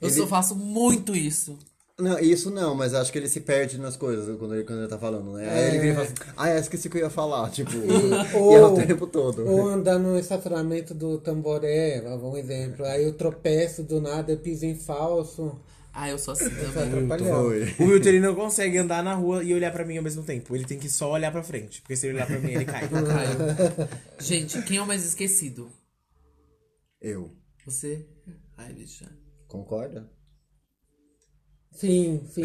Speaker 2: Eu só faço muito isso.
Speaker 3: Não, isso não, mas acho que ele se perde nas coisas quando ele, quando ele tá falando, né? Aí ele vira e fala assim, ah, é, esqueci que eu ia falar, tipo, e, é o tempo todo.
Speaker 5: Ou andar no estacionamento do Tamboré, um exemplo. Aí eu tropeço do nada, eu piso em falso.
Speaker 2: Ah, eu sou assim também.
Speaker 5: Atrapalhando.
Speaker 3: Oi.
Speaker 4: O Wilton, ele não consegue andar na rua e olhar pra mim ao mesmo tempo. Ele tem que só olhar pra frente. Porque se ele olhar pra mim, ele cai.
Speaker 2: Caio. Gente, quem é o mais esquecido?
Speaker 3: Eu.
Speaker 2: Você? Ai, bicha.
Speaker 3: Concorda?
Speaker 5: Sim, sim.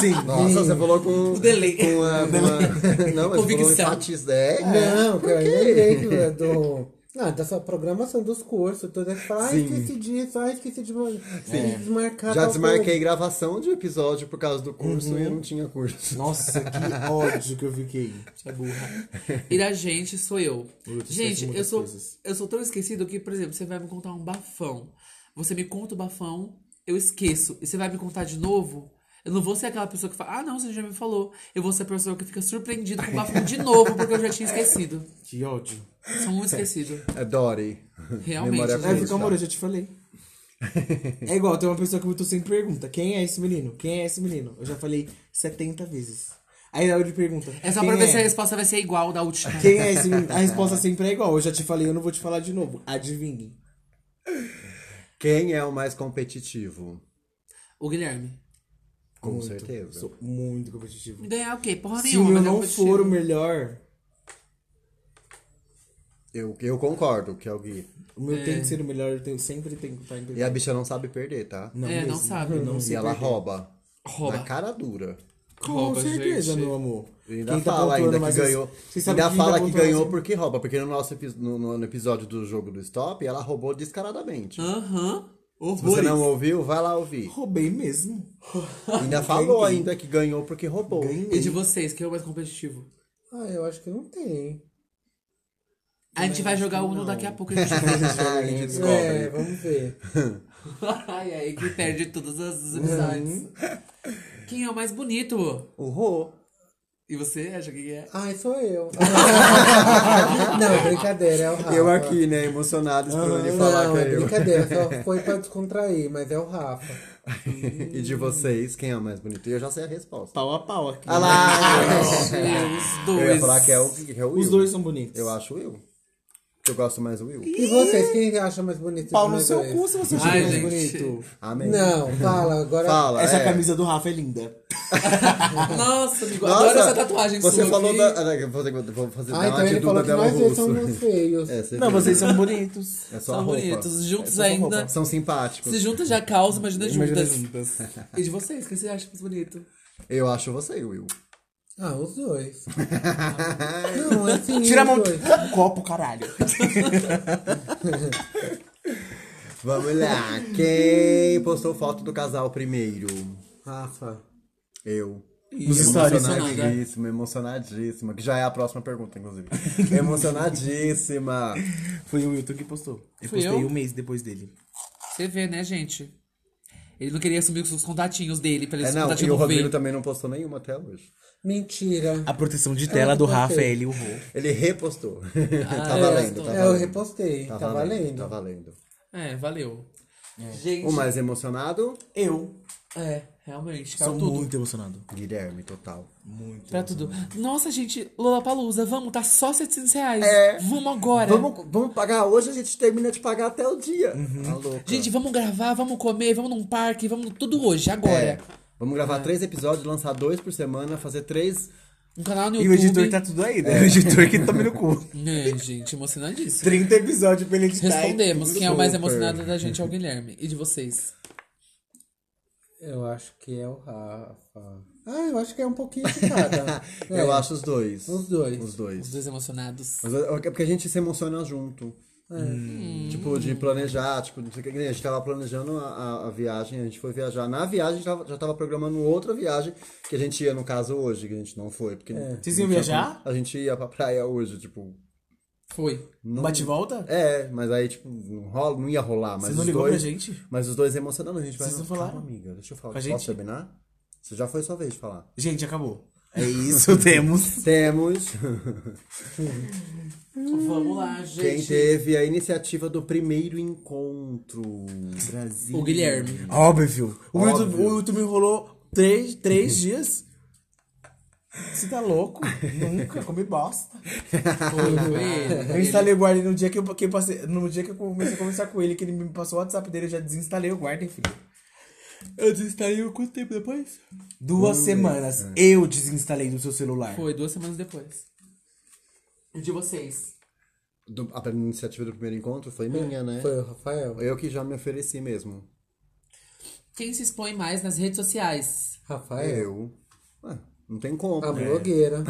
Speaker 4: Sim.
Speaker 3: Nossa, você falou com...
Speaker 2: O delay.
Speaker 3: Com a, com a- Não, mas você falou
Speaker 2: Convicção.
Speaker 3: enfatiz, né?
Speaker 5: Não, que eu lembrei que é do. Ah, da sua programação dos cursos, tudo aí você fala, ai,
Speaker 3: Sim.
Speaker 5: esqueci disso, ai, esqueci de, esqueci de desmarcar.
Speaker 3: Já
Speaker 5: tal
Speaker 3: desmarquei gravação de episódio por causa do curso e eu não tinha curso.
Speaker 4: Nossa, que ódio que eu fiquei.
Speaker 2: Você é burra. E da gente sou eu.
Speaker 4: Bruto, esquece
Speaker 2: gente, eu
Speaker 4: muitas
Speaker 2: sou,
Speaker 4: coisas.
Speaker 2: eu sou tão esquecido que, por exemplo, você vai me contar um bafão. Você me conta o bafão, eu esqueço. E você vai me contar de novo. Eu não vou ser aquela pessoa que fala, ah, não, você já me falou. Eu vou ser a pessoa que fica surpreendida com o bafão de novo, porque eu já tinha esquecido.
Speaker 4: Que ódio.
Speaker 2: Sou muito esquecido.
Speaker 3: É Dory.
Speaker 2: Realmente,
Speaker 3: Memória
Speaker 2: gente.
Speaker 4: É, fica
Speaker 3: curta.
Speaker 4: amoroso, eu te falei. É igual, tem uma pessoa que o Wilton sempre pergunta: quem é esse menino? Quem é esse menino? Eu já falei 70 vezes. Aí ele pergunta:
Speaker 2: É só
Speaker 4: quem
Speaker 2: pra ver
Speaker 4: é?
Speaker 2: se a resposta vai ser igual da última.
Speaker 4: Quem é esse menino? A resposta sempre é igual. Eu já te falei, eu não vou te falar de novo. Adivinhe.
Speaker 3: Quem é o mais competitivo?
Speaker 2: O Guilherme.
Speaker 3: Com certeza.
Speaker 4: Sou muito competitivo.
Speaker 2: Me ganhar o quê? Porra
Speaker 4: Se
Speaker 2: nenhuma.
Speaker 4: eu
Speaker 2: mas é
Speaker 4: não
Speaker 2: competitivo.
Speaker 4: for o melhor,
Speaker 3: Eu, eu concordo que é o Gui.
Speaker 4: o meu tem que ser o melhor, eu tenho, sempre tenho que estar em
Speaker 3: E a
Speaker 4: primeiro.
Speaker 3: bicha não sabe perder, tá?
Speaker 4: Não
Speaker 2: É, não
Speaker 4: mesmo.
Speaker 2: sabe.
Speaker 4: Eu não
Speaker 2: E
Speaker 3: e
Speaker 4: sei
Speaker 3: ela
Speaker 4: perder.
Speaker 3: rouba.
Speaker 2: Rouba.
Speaker 3: Na cara dura.
Speaker 4: Com
Speaker 2: Rouba,
Speaker 4: certeza,
Speaker 2: gente.
Speaker 4: meu amor.
Speaker 3: E ainda
Speaker 4: Quem tá
Speaker 3: fala ainda
Speaker 4: pontuando
Speaker 3: que
Speaker 4: mais-
Speaker 3: ganhou.
Speaker 4: Você sabe
Speaker 3: Ainda
Speaker 4: quem tá
Speaker 3: fala que
Speaker 4: pontuando
Speaker 3: ganhou
Speaker 4: mais-
Speaker 3: porque rouba. Porque no nosso epi- no, no- no episódio do jogo do Stop, ela roubou descaradamente.
Speaker 2: Aham.
Speaker 3: Se você
Speaker 2: Horrores.
Speaker 3: não ouviu, vai lá ouvir.
Speaker 4: Roubei mesmo.
Speaker 3: Ainda falou ainda que ganhou porque roubou.
Speaker 2: E de vocês, quem é o mais competitivo?
Speaker 5: Ah, eu acho que não tem.
Speaker 2: A gente vai jogar o Uno daqui a pouco. A gente
Speaker 3: A gente descobre.
Speaker 5: É, vamos ver.
Speaker 2: Ai, ai, que perde todas as
Speaker 3: Uhum.
Speaker 2: amizades. Quem é o mais bonito?
Speaker 5: O Rô.
Speaker 2: E você acha que é?
Speaker 5: Ai, sou eu. não, brincadeira, é o Rafa.
Speaker 3: Eu aqui, né, emocionado, esperando ele falar
Speaker 5: não,
Speaker 3: que
Speaker 5: é
Speaker 3: é eu.
Speaker 5: brincadeira, só foi pra descontrair, mas é o Rafa.
Speaker 3: e de vocês, quem é o mais bonito? E eu já sei a resposta.
Speaker 4: Pau a pau aqui. né?
Speaker 3: Ah lá!
Speaker 2: Os
Speaker 3: Eu ia
Speaker 2: dois.
Speaker 3: falar que é o, que é o Will.
Speaker 4: Os dois são bonitos.
Speaker 3: Eu acho o Will. Que eu gosto mais do Will.
Speaker 5: E vocês, quem acha mais bonito?
Speaker 4: Pau
Speaker 5: de
Speaker 4: no
Speaker 5: nós
Speaker 4: seu
Speaker 5: dois?
Speaker 4: cu se você
Speaker 2: Ai,
Speaker 4: achar mais
Speaker 2: gente.
Speaker 4: bonito.
Speaker 3: Amém.
Speaker 5: Não, fala, agora.
Speaker 3: Fala.
Speaker 4: Essa
Speaker 3: é.
Speaker 4: camisa do Rafa é linda.
Speaker 2: Nossa, amigo,
Speaker 3: Nossa,
Speaker 2: adoro essa tatuagem
Speaker 3: Você
Speaker 2: sua
Speaker 3: falou
Speaker 2: aqui.
Speaker 3: da. Ah, eu Vou fazer, vou fazer
Speaker 5: Ah,
Speaker 3: uma
Speaker 5: então
Speaker 3: atitude
Speaker 5: ele
Speaker 3: é
Speaker 5: falou
Speaker 3: da
Speaker 5: que nós dois
Speaker 3: Bela
Speaker 5: somos
Speaker 3: Russo.
Speaker 5: feios.
Speaker 3: É, você
Speaker 4: Não,
Speaker 3: viu?
Speaker 4: vocês são bonitos.
Speaker 3: É só a
Speaker 2: São
Speaker 3: roupa.
Speaker 2: bonitos, juntos
Speaker 4: só roupa.
Speaker 2: ainda.
Speaker 3: São simpáticos.
Speaker 2: Se juntos já causa, imagina,
Speaker 4: Imagina
Speaker 2: juntas.
Speaker 4: juntas.
Speaker 2: E de vocês, quem você acha mais bonito?
Speaker 3: Eu acho você, Will.
Speaker 5: Ah, os dois. não, assim.
Speaker 4: Tira a
Speaker 5: os
Speaker 4: mão do
Speaker 5: dois.
Speaker 4: Um copo, caralho.
Speaker 3: Vamos lá. Quem postou foto do casal primeiro?
Speaker 5: Rafa.
Speaker 3: Eu.
Speaker 4: Nos stories.
Speaker 3: né? Emocionadíssima, emocionadíssima. Que já é a próxima pergunta, inclusive. emocionadíssima.
Speaker 4: Foi o Wilton que postou. Eu
Speaker 2: Fui
Speaker 4: postei
Speaker 2: eu?
Speaker 4: um mês depois dele.
Speaker 2: Você vê, né, gente? Ele não queria assumir os contatinhos dele, pra ele
Speaker 3: É,
Speaker 2: os
Speaker 3: não,
Speaker 2: contatinhos
Speaker 3: e o
Speaker 2: não
Speaker 3: Rodrigo
Speaker 2: ver.
Speaker 3: também não postou nenhuma até hoje.
Speaker 5: Mentira.
Speaker 4: A proteção de tela do
Speaker 5: postei.
Speaker 4: Rafa é ele e o Rô.
Speaker 3: Ele repostou. tá
Speaker 2: é,
Speaker 3: valendo,
Speaker 2: eu
Speaker 3: tá
Speaker 5: É,
Speaker 3: valendo.
Speaker 5: eu repostei. Tá, valendo.
Speaker 3: Tá valendo.
Speaker 2: É, valeu. Gente,
Speaker 3: O mais emocionado,
Speaker 4: Eu
Speaker 2: é, realmente,
Speaker 4: sou
Speaker 2: caiu tudo.
Speaker 4: muito emocionado.
Speaker 3: Guilherme, total.
Speaker 4: Muito.
Speaker 3: Uhum.
Speaker 2: Pra tudo. Nossa, gente, Lollapalooza, vamos, tá só 700 reais.
Speaker 3: É.
Speaker 2: Vamos agora.
Speaker 3: Vamos, vamos pagar hoje, a gente termina de pagar até o dia. Tá louca.
Speaker 2: Gente, vamos gravar, vamos comer, vamos num parque, vamos tudo hoje, agora.
Speaker 3: É. Vamos gravar três episódios, lançar dois por semana, fazer três.
Speaker 2: Um canal no
Speaker 4: E
Speaker 2: YouTube.
Speaker 4: o editor tá tudo aí, né? O editor que toma no cu.
Speaker 2: É, gente, emocionadíssimo.
Speaker 4: 30 episódios pra ele editar.
Speaker 2: Respondemos. Quem é o mais
Speaker 3: Tá Super.
Speaker 2: emocionado da gente é o Guilherme. E de vocês?
Speaker 5: Eu acho que é o Rafa. Ah, eu acho que é um pouquinho de cada. É,
Speaker 3: Eu acho os dois.
Speaker 5: Os dois.
Speaker 3: Os
Speaker 2: Os
Speaker 3: dois.
Speaker 2: dois emocionados.
Speaker 3: Mas é Porque a gente se emociona junto. Tipo, de planejar, tipo, não sei o que. que nem A gente tava planejando a, a- a viagem, a gente foi viajar. Na viagem, a gente tava- já tava programando outra viagem que a gente ia, no caso, hoje, que a gente não foi. Porque não-
Speaker 4: Vocês iam
Speaker 3: não tinha
Speaker 4: viajar?
Speaker 3: como- A gente ia pra praia hoje, tipo.
Speaker 2: Foi.
Speaker 4: Um bate e volta?
Speaker 3: É, mas aí, tipo, não, rola, não ia rolar. Mas
Speaker 4: Você não
Speaker 3: os
Speaker 4: ligou
Speaker 3: dois,
Speaker 4: pra gente?
Speaker 3: Mas os dois emocionando, a gente vai.
Speaker 4: Vocês não
Speaker 3: Calma,
Speaker 4: falaram?
Speaker 3: amiga, deixa eu falar.
Speaker 4: Com a
Speaker 3: Posso
Speaker 4: gente?
Speaker 3: terminar? Você já foi sua vez de falar.
Speaker 4: Gente, acabou. É isso, temos.
Speaker 3: Temos
Speaker 2: Vamos lá,
Speaker 3: quem
Speaker 2: gente.
Speaker 3: teve a iniciativa do primeiro encontro. Brasil.
Speaker 2: O Guilherme.
Speaker 4: Óbvio. O
Speaker 3: Óbvio.
Speaker 4: Wilton, o Wilton me enrolou três, três dias. Você tá louco? Nunca comi bosta.
Speaker 2: Foi, foi ele.
Speaker 4: Eu instalei o Guardian no dia que eu, que eu passei, no dia que eu comecei a conversar com ele, que ele me passou o WhatsApp dele, eu já desinstalei o Guardian, filho. Eu desinstalei o quanto tempo depois? é. Duas semanas. Eu desinstalei do seu celular.
Speaker 2: Foi duas semanas depois. E de vocês?
Speaker 3: Do- a iniciativa do primeiro encontro
Speaker 4: É,
Speaker 3: foi minha, né?
Speaker 5: Foi o Rafael.
Speaker 3: Eu que já me ofereci mesmo.
Speaker 2: Quem se expõe mais nas redes sociais?
Speaker 4: É.
Speaker 5: Rafael.
Speaker 3: É, Eu. Ué, não tem como.
Speaker 4: Ah,
Speaker 5: A
Speaker 3: né?
Speaker 5: blogueira.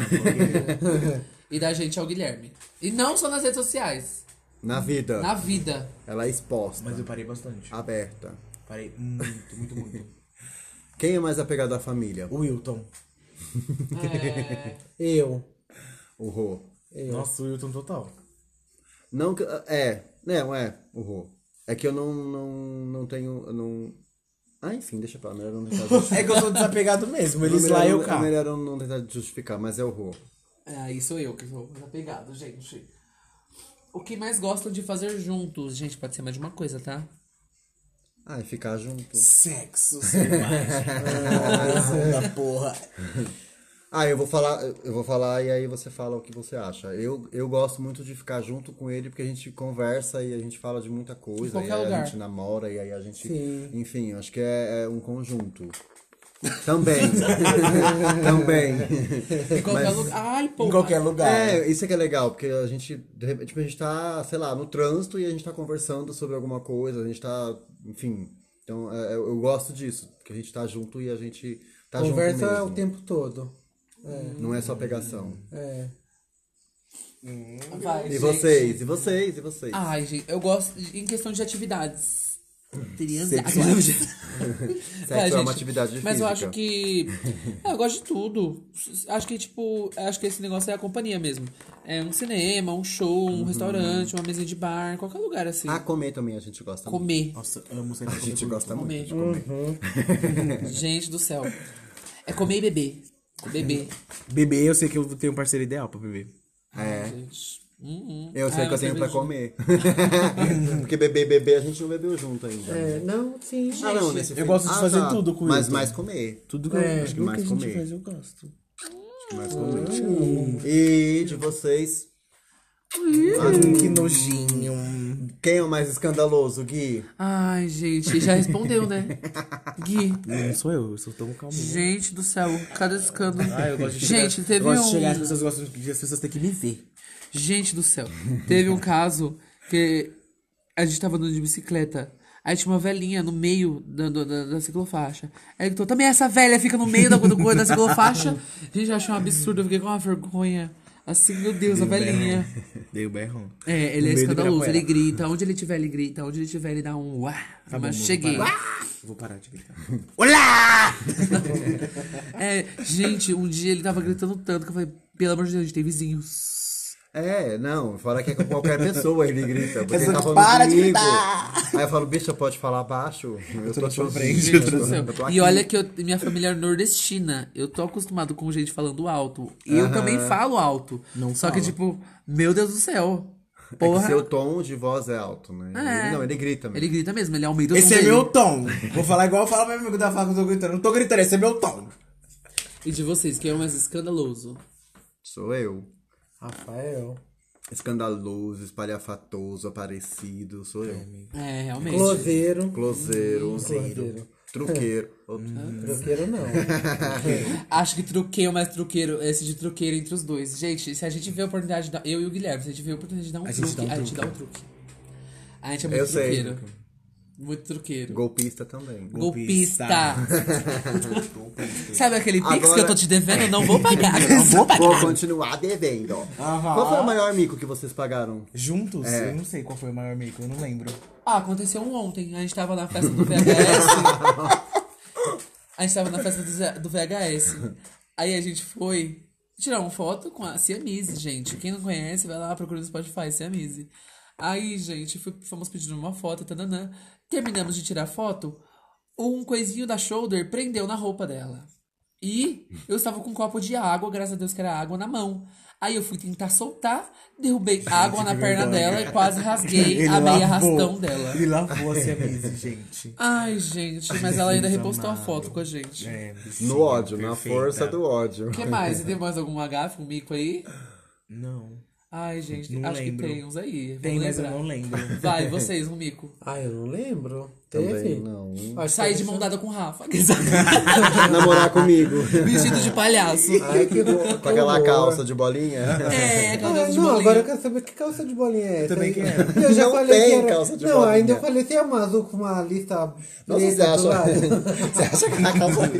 Speaker 2: E da gente é o Guilherme. E não só nas redes sociais.
Speaker 3: Na vida.
Speaker 2: Na vida.
Speaker 3: Ela é exposta.
Speaker 4: Mas eu parei bastante.
Speaker 3: Aberta.
Speaker 4: Parei muito, muito, muito.
Speaker 3: Quem é mais apegado à família?
Speaker 4: O Wilton.
Speaker 2: É.
Speaker 5: Eu.
Speaker 3: O Rô.
Speaker 4: Nossa, o Wilton total.
Speaker 3: Não que. É. Não, é. O Rô. É que eu não, não, não tenho. eu Não... Ah, enfim, deixa pra lá. Melhor não tentar justificar.
Speaker 4: É que eu sou desapegado mesmo, eles
Speaker 3: melhor,
Speaker 4: lá e eu
Speaker 3: não-
Speaker 4: cá.
Speaker 3: melhor eu não tentar justificar, mas é o Rô.
Speaker 2: Aí sou eu que sou mais apegado, gente. O que mais gostam de fazer juntos? Gente, pode ser mais de uma coisa, tá?
Speaker 3: Ah, e ficar junto.
Speaker 4: Sexo selvagem. Nossa, da porra.
Speaker 3: Ah, eu vou falar, eu vou falar e aí você fala o que você acha. Eu, eu gosto muito de ficar junto com ele porque a gente conversa e a gente fala de muita coisa,
Speaker 2: qualquer
Speaker 3: e aí a
Speaker 2: lugar.
Speaker 3: gente namora e aí a gente,
Speaker 5: Sim.
Speaker 3: enfim, eu acho que é, é um conjunto. Também. Também.
Speaker 2: Em qualquer lugar. Ai, pô.
Speaker 4: Em qualquer lugar.
Speaker 3: É, isso é que é legal, porque a gente, de repente, tipo, a gente tá, sei lá, no trânsito e a gente tá conversando sobre alguma coisa, a gente tá, enfim. Então, é, eu, eu gosto disso, porque a gente tá junto e a gente tá junto
Speaker 5: Conversa é
Speaker 3: mesmo.
Speaker 5: o tempo todo.
Speaker 3: Não é só pegação.
Speaker 5: É.
Speaker 2: Vai,
Speaker 3: E
Speaker 2: gente.
Speaker 3: vocês, e vocês, e vocês?
Speaker 2: Ah, Ai, gente, eu gosto de- em questão de atividades. Teria
Speaker 3: Sexual. Sexo é uma atividade física.
Speaker 2: Mas eu acho que. Ah, eu gosto de tudo. Acho que, tipo, acho que esse negócio é a companhia mesmo. É um cinema, um show, um restaurante, uma mesa de bar, qualquer lugar assim.
Speaker 3: Uhum. Ah, comer também a gente gosta. muito.
Speaker 2: Comer.
Speaker 6: Nossa, amo sempre
Speaker 3: A gente gosta muito de
Speaker 2: Comer.
Speaker 3: comer.
Speaker 2: Uhum. Gente do céu. É comer e beber. Beber.
Speaker 4: Bebê, eu sei que eu tenho um parceiro ideal pra beber.
Speaker 3: É.
Speaker 2: Gente. Hum, hum.
Speaker 3: Eu sei
Speaker 2: Ah,
Speaker 3: que eu tenho pra
Speaker 2: cervejinha.
Speaker 3: comer. Porque beber e beber a gente não bebeu junto ainda. É, não, sim. Ah, não, nesse
Speaker 4: Eu gosto de fazer tudo com
Speaker 3: Mas
Speaker 4: isso.
Speaker 3: mais comer.
Speaker 4: Tudo que
Speaker 3: É,
Speaker 4: eu, acho que
Speaker 3: tudo
Speaker 4: mais
Speaker 3: que a gente
Speaker 4: comer.
Speaker 3: faz,
Speaker 4: eu gosto.
Speaker 3: Mais comer. E de vocês,
Speaker 4: que nojinho.
Speaker 3: quem é o mais escandaloso, Gui?
Speaker 2: Ai, gente, já respondeu, né? Gui.
Speaker 4: Não sou eu, eu sou tão calmo.
Speaker 2: Gente do céu, cada escândalo.
Speaker 4: Ah, eu gosto de chegar,
Speaker 2: gente, teve
Speaker 4: eu gosto
Speaker 2: um.
Speaker 4: de chegar, as pessoas gostam de as pessoas têm que me ver.
Speaker 2: Gente do céu, teve um caso que a gente tava andando de bicicleta. Aí tinha uma velhinha no meio da, da, da- da ciclofaixa. Aí gritou, também essa velha fica no meio da, da, da ciclofaixa. Gente, eu achei um absurdo, eu fiquei com uma vergonha. Assim, meu Deus, a velhinha.
Speaker 4: Dei o berrão.
Speaker 2: É, ele
Speaker 4: No
Speaker 2: é
Speaker 4: meio do
Speaker 2: escandaloso,
Speaker 4: Ibirapuera.
Speaker 2: ele grita, onde ele tiver, ele grita, onde ele tiver, ele dá um uá.
Speaker 4: Tá bom,
Speaker 2: mas
Speaker 4: vou
Speaker 2: cheguei.
Speaker 4: parar. Vou parar de gritar.
Speaker 2: É, gente, um dia ele tava gritando tanto que eu falei, pelo amor de Deus, a gente tem vizinhos.
Speaker 3: É, não, fora que é com qualquer pessoa ele grita. Porque ele
Speaker 4: Essa-
Speaker 3: tá falando
Speaker 4: para de
Speaker 3: comigo.
Speaker 4: gritar!
Speaker 3: Aí eu falo, bicha, pode falar baixo? Eu, tô,
Speaker 4: na
Speaker 3: te
Speaker 4: sua
Speaker 3: ouvindo,
Speaker 4: frente,
Speaker 3: eu
Speaker 4: eu tô
Speaker 3: tô-
Speaker 4: na sua-
Speaker 3: eu tô aqui.
Speaker 2: E olha que eu- minha família é nordestina. Eu tô acostumado com gente falando alto. E eu também falo alto. Só que,
Speaker 4: fala.
Speaker 2: tipo, meu Deus do céu.
Speaker 3: É que
Speaker 2: Porra.
Speaker 3: seu tom de voz é alto, né?
Speaker 2: É.
Speaker 3: Ele, não, ele grita mesmo.
Speaker 2: Ele grita mesmo, ele aumenta o
Speaker 4: Esse
Speaker 2: tom
Speaker 4: é
Speaker 2: dele.
Speaker 4: meu tom. Vou falar igual eu falo pra meu amigo da fala que eu tô gritando. Não tô gritando, esse é meu tom.
Speaker 2: E de vocês, quem é o mais escandaloso?
Speaker 3: Sou eu.
Speaker 5: Rafael.
Speaker 3: Escandaloso, espalhafatoso, aparecido, sou eu.
Speaker 2: É, realmente.
Speaker 5: Closeiro.
Speaker 3: Closeiro, closeiro. truqueiro. Ops.
Speaker 5: Hum. Troqueiro não.
Speaker 2: Acho que truqueiro, mais truqueiro, esse de truqueiro entre os dois. Gente, se a gente vê a oportunidade de dar. Eu e o Guilherme, se a gente vê a oportunidade de dar um,
Speaker 4: A gente
Speaker 2: truque,
Speaker 4: dá um
Speaker 2: a gente dá
Speaker 4: truque.
Speaker 2: um truque. A gente é muito
Speaker 3: Eu sei.
Speaker 2: truqueiro. Muito truqueiro.
Speaker 3: Golpista também.
Speaker 2: Golpista.
Speaker 4: Golpista.
Speaker 2: Sabe aquele pix que eu
Speaker 3: Agora-
Speaker 2: tô te devendo? Não vou pagar. Não vou
Speaker 3: Vou
Speaker 2: pagar.
Speaker 3: continuar devendo. Qual foi o maior mico que vocês pagaram?
Speaker 4: Juntos?
Speaker 3: É.
Speaker 4: Eu não sei qual foi o maior mico, eu não lembro.
Speaker 2: Ah, aconteceu um ontem. A gente tava na festa do VHS. a gente tava na festa do, Zé- do VHS. Aí a gente foi tirar uma foto com a Ciamise, gente. Quem não conhece, vai lá, procura no Spotify, Ciamise. Aí, gente, fui- fomos pedindo uma foto, tananã. Terminamos de tirar foto, um coisinho da shoulder prendeu na roupa dela. E eu estava com um copo de água, graças a Deus que era água na mão. Aí eu fui tentar soltar, derrubei água na perna dela e quase rasguei a meia arrastão dela.
Speaker 4: Ele lavou a camisa, gente.
Speaker 2: Ai, gente, mas ela ainda repostou a foto com a gente.
Speaker 4: É, bichinha
Speaker 3: No ódio, na
Speaker 4: perfeita.
Speaker 3: força do ódio.
Speaker 2: O que mais? Tem mais algum gafe, um mico aí?
Speaker 4: Não.
Speaker 2: Ai, gente,
Speaker 4: Não
Speaker 2: acho
Speaker 4: lembro.
Speaker 2: que tem uns aí. Vamos
Speaker 4: Tem, mas eu
Speaker 2: lembrar.
Speaker 4: não lembro.
Speaker 2: Vai, vocês, um mico.
Speaker 5: Ah, eu não lembro. assim.
Speaker 3: Também
Speaker 5: Teve?
Speaker 3: não.
Speaker 5: Acho que
Speaker 2: Sair de
Speaker 5: eu-
Speaker 2: mão dada com o Rafa.
Speaker 3: Namorar comigo.
Speaker 2: Vestido de palhaço.
Speaker 3: Ai, que bom. Com aquela calça de bolinha.
Speaker 2: É,
Speaker 5: Ah,
Speaker 2: com a
Speaker 5: não,
Speaker 2: calça de bolinha.
Speaker 5: agora eu quero saber que calça de bolinha é essa.
Speaker 4: também
Speaker 5: hein?
Speaker 4: quero.
Speaker 5: Eu já
Speaker 3: Não
Speaker 5: falei
Speaker 3: tem
Speaker 5: que era...
Speaker 3: calça de
Speaker 5: Não,
Speaker 3: bolinha.
Speaker 5: ainda eu falei, tem uma azul com uma lista
Speaker 3: Nossa, você
Speaker 5: preta
Speaker 3: acha?
Speaker 5: do lado.
Speaker 3: Você acha que a calça.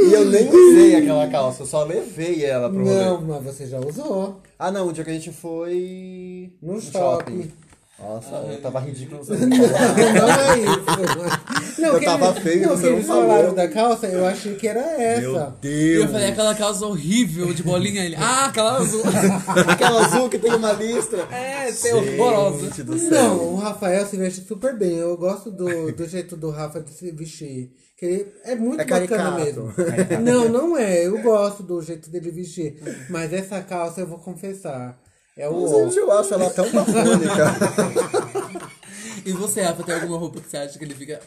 Speaker 3: e eu nem usei aquela calça, eu só levei ela pro rolê.
Speaker 5: Não, mas você já usou.
Speaker 3: Ah, não, o dia que a gente foi.
Speaker 5: No shopping.
Speaker 3: Nossa, eu tava ridículo.
Speaker 5: Não é isso. Não,
Speaker 3: Eu
Speaker 5: que
Speaker 3: tava
Speaker 5: eles-
Speaker 3: feio,
Speaker 5: não,
Speaker 3: você
Speaker 5: que
Speaker 3: não
Speaker 5: eles
Speaker 3: falou.
Speaker 5: falaram da calça, eu achei que era
Speaker 3: Meu
Speaker 5: essa.
Speaker 2: E
Speaker 3: Deus!
Speaker 2: eu falei aquela calça horrível de bolinha. Ele, ah, aquela azul.
Speaker 3: Aquela azul que tem uma listra.
Speaker 2: é, tem horrorosa.
Speaker 3: Gente do céu.
Speaker 5: Não, o Rafael se veste super bem. Eu gosto do, do jeito do Rafa de se vestir. Que ele é muito
Speaker 3: É
Speaker 5: bacana
Speaker 3: caricato.
Speaker 5: mesmo. Não, não é. Eu gosto do jeito dele vestir. Mas essa calça eu vou confessar. É o. ó.
Speaker 3: Gente, eu acho ela tão bafônica.
Speaker 2: E você, Rafa, tem alguma roupa que você acha que ele fica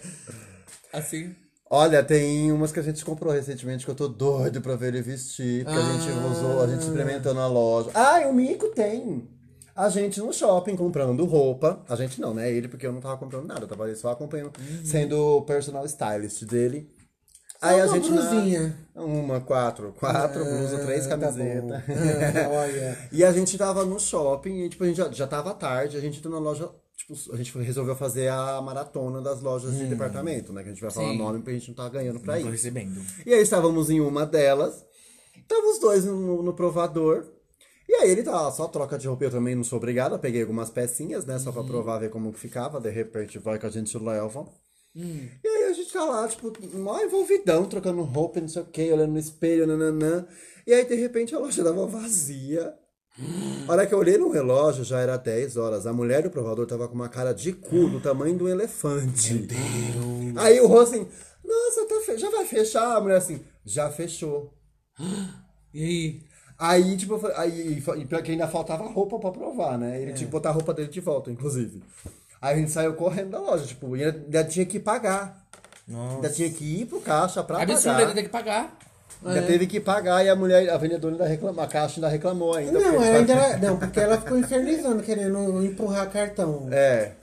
Speaker 2: assim?
Speaker 3: Olha, tem umas que a gente comprou recentemente que eu tô doido pra ver ele vestir. Porque a gente
Speaker 5: Ah.
Speaker 3: usou, a gente experimentou na loja. Ah, e o Mico tem! A gente no shopping comprando roupa. A gente não, né? Ele, porque eu não tava comprando nada, eu tava ali só acompanhando,
Speaker 5: Uhum.
Speaker 3: sendo o personal stylist dele. Aí a
Speaker 5: uma
Speaker 3: gente. na-
Speaker 5: blusinha.
Speaker 3: Uma, quatro. Quatro, blusa, três
Speaker 5: Ah, tá
Speaker 3: camisetas.
Speaker 5: bom. Ah, Olha.
Speaker 3: E a gente tava no shopping, e tipo, a gente já, já tava tarde, a gente entrou na loja, tipo, a gente foi- resolveu fazer a maratona das lojas de departamento, né? Que a gente vai falar
Speaker 2: Sim.
Speaker 3: nome porque a gente não tá ganhando pra
Speaker 4: Tô
Speaker 3: ir.
Speaker 4: recebendo.
Speaker 3: E aí estávamos em uma delas, estavam os dois no, no provador, E aí ele tá, só troca de roupa, eu também não sou obrigada, peguei algumas pecinhas, né, só pra provar, ver como que ficava, de repente vai que a gente leva. E aí a gente tá lá, tipo, mó envolvidão, trocando roupa, não sei o que, olhando no espelho, nananã. E aí, de repente, a loja tava vazia. A hora que eu olhei no relógio, já era 10 horas. A mulher do provador tava com uma cara de cu do tamanho de um elefante. Meu Deus. Aí o rosto assim, nossa, tá fe... já vai fechar? A mulher assim, já fechou.
Speaker 2: E aí?
Speaker 3: Aí, tipo, eu falei- aí, e fa- e pior que ainda faltava roupa pra provar, né? Ele tinha que botar a roupa dele de volta, inclusive. Aí a gente saiu correndo da loja, tipo, e ainda, ainda tinha que pagar. Ainda tinha que ir pro caixa pra
Speaker 2: Absurdo, ele
Speaker 3: pagar.
Speaker 2: tem que pagar.
Speaker 3: Ainda teve que pagar e a mulher, a vendedora ainda reclamou, a caixa ainda reclamou ainda.
Speaker 5: Não,
Speaker 3: porque-
Speaker 5: ela ainda era- não, porque ela ficou infernizando, querendo empurrar cartão.
Speaker 3: É.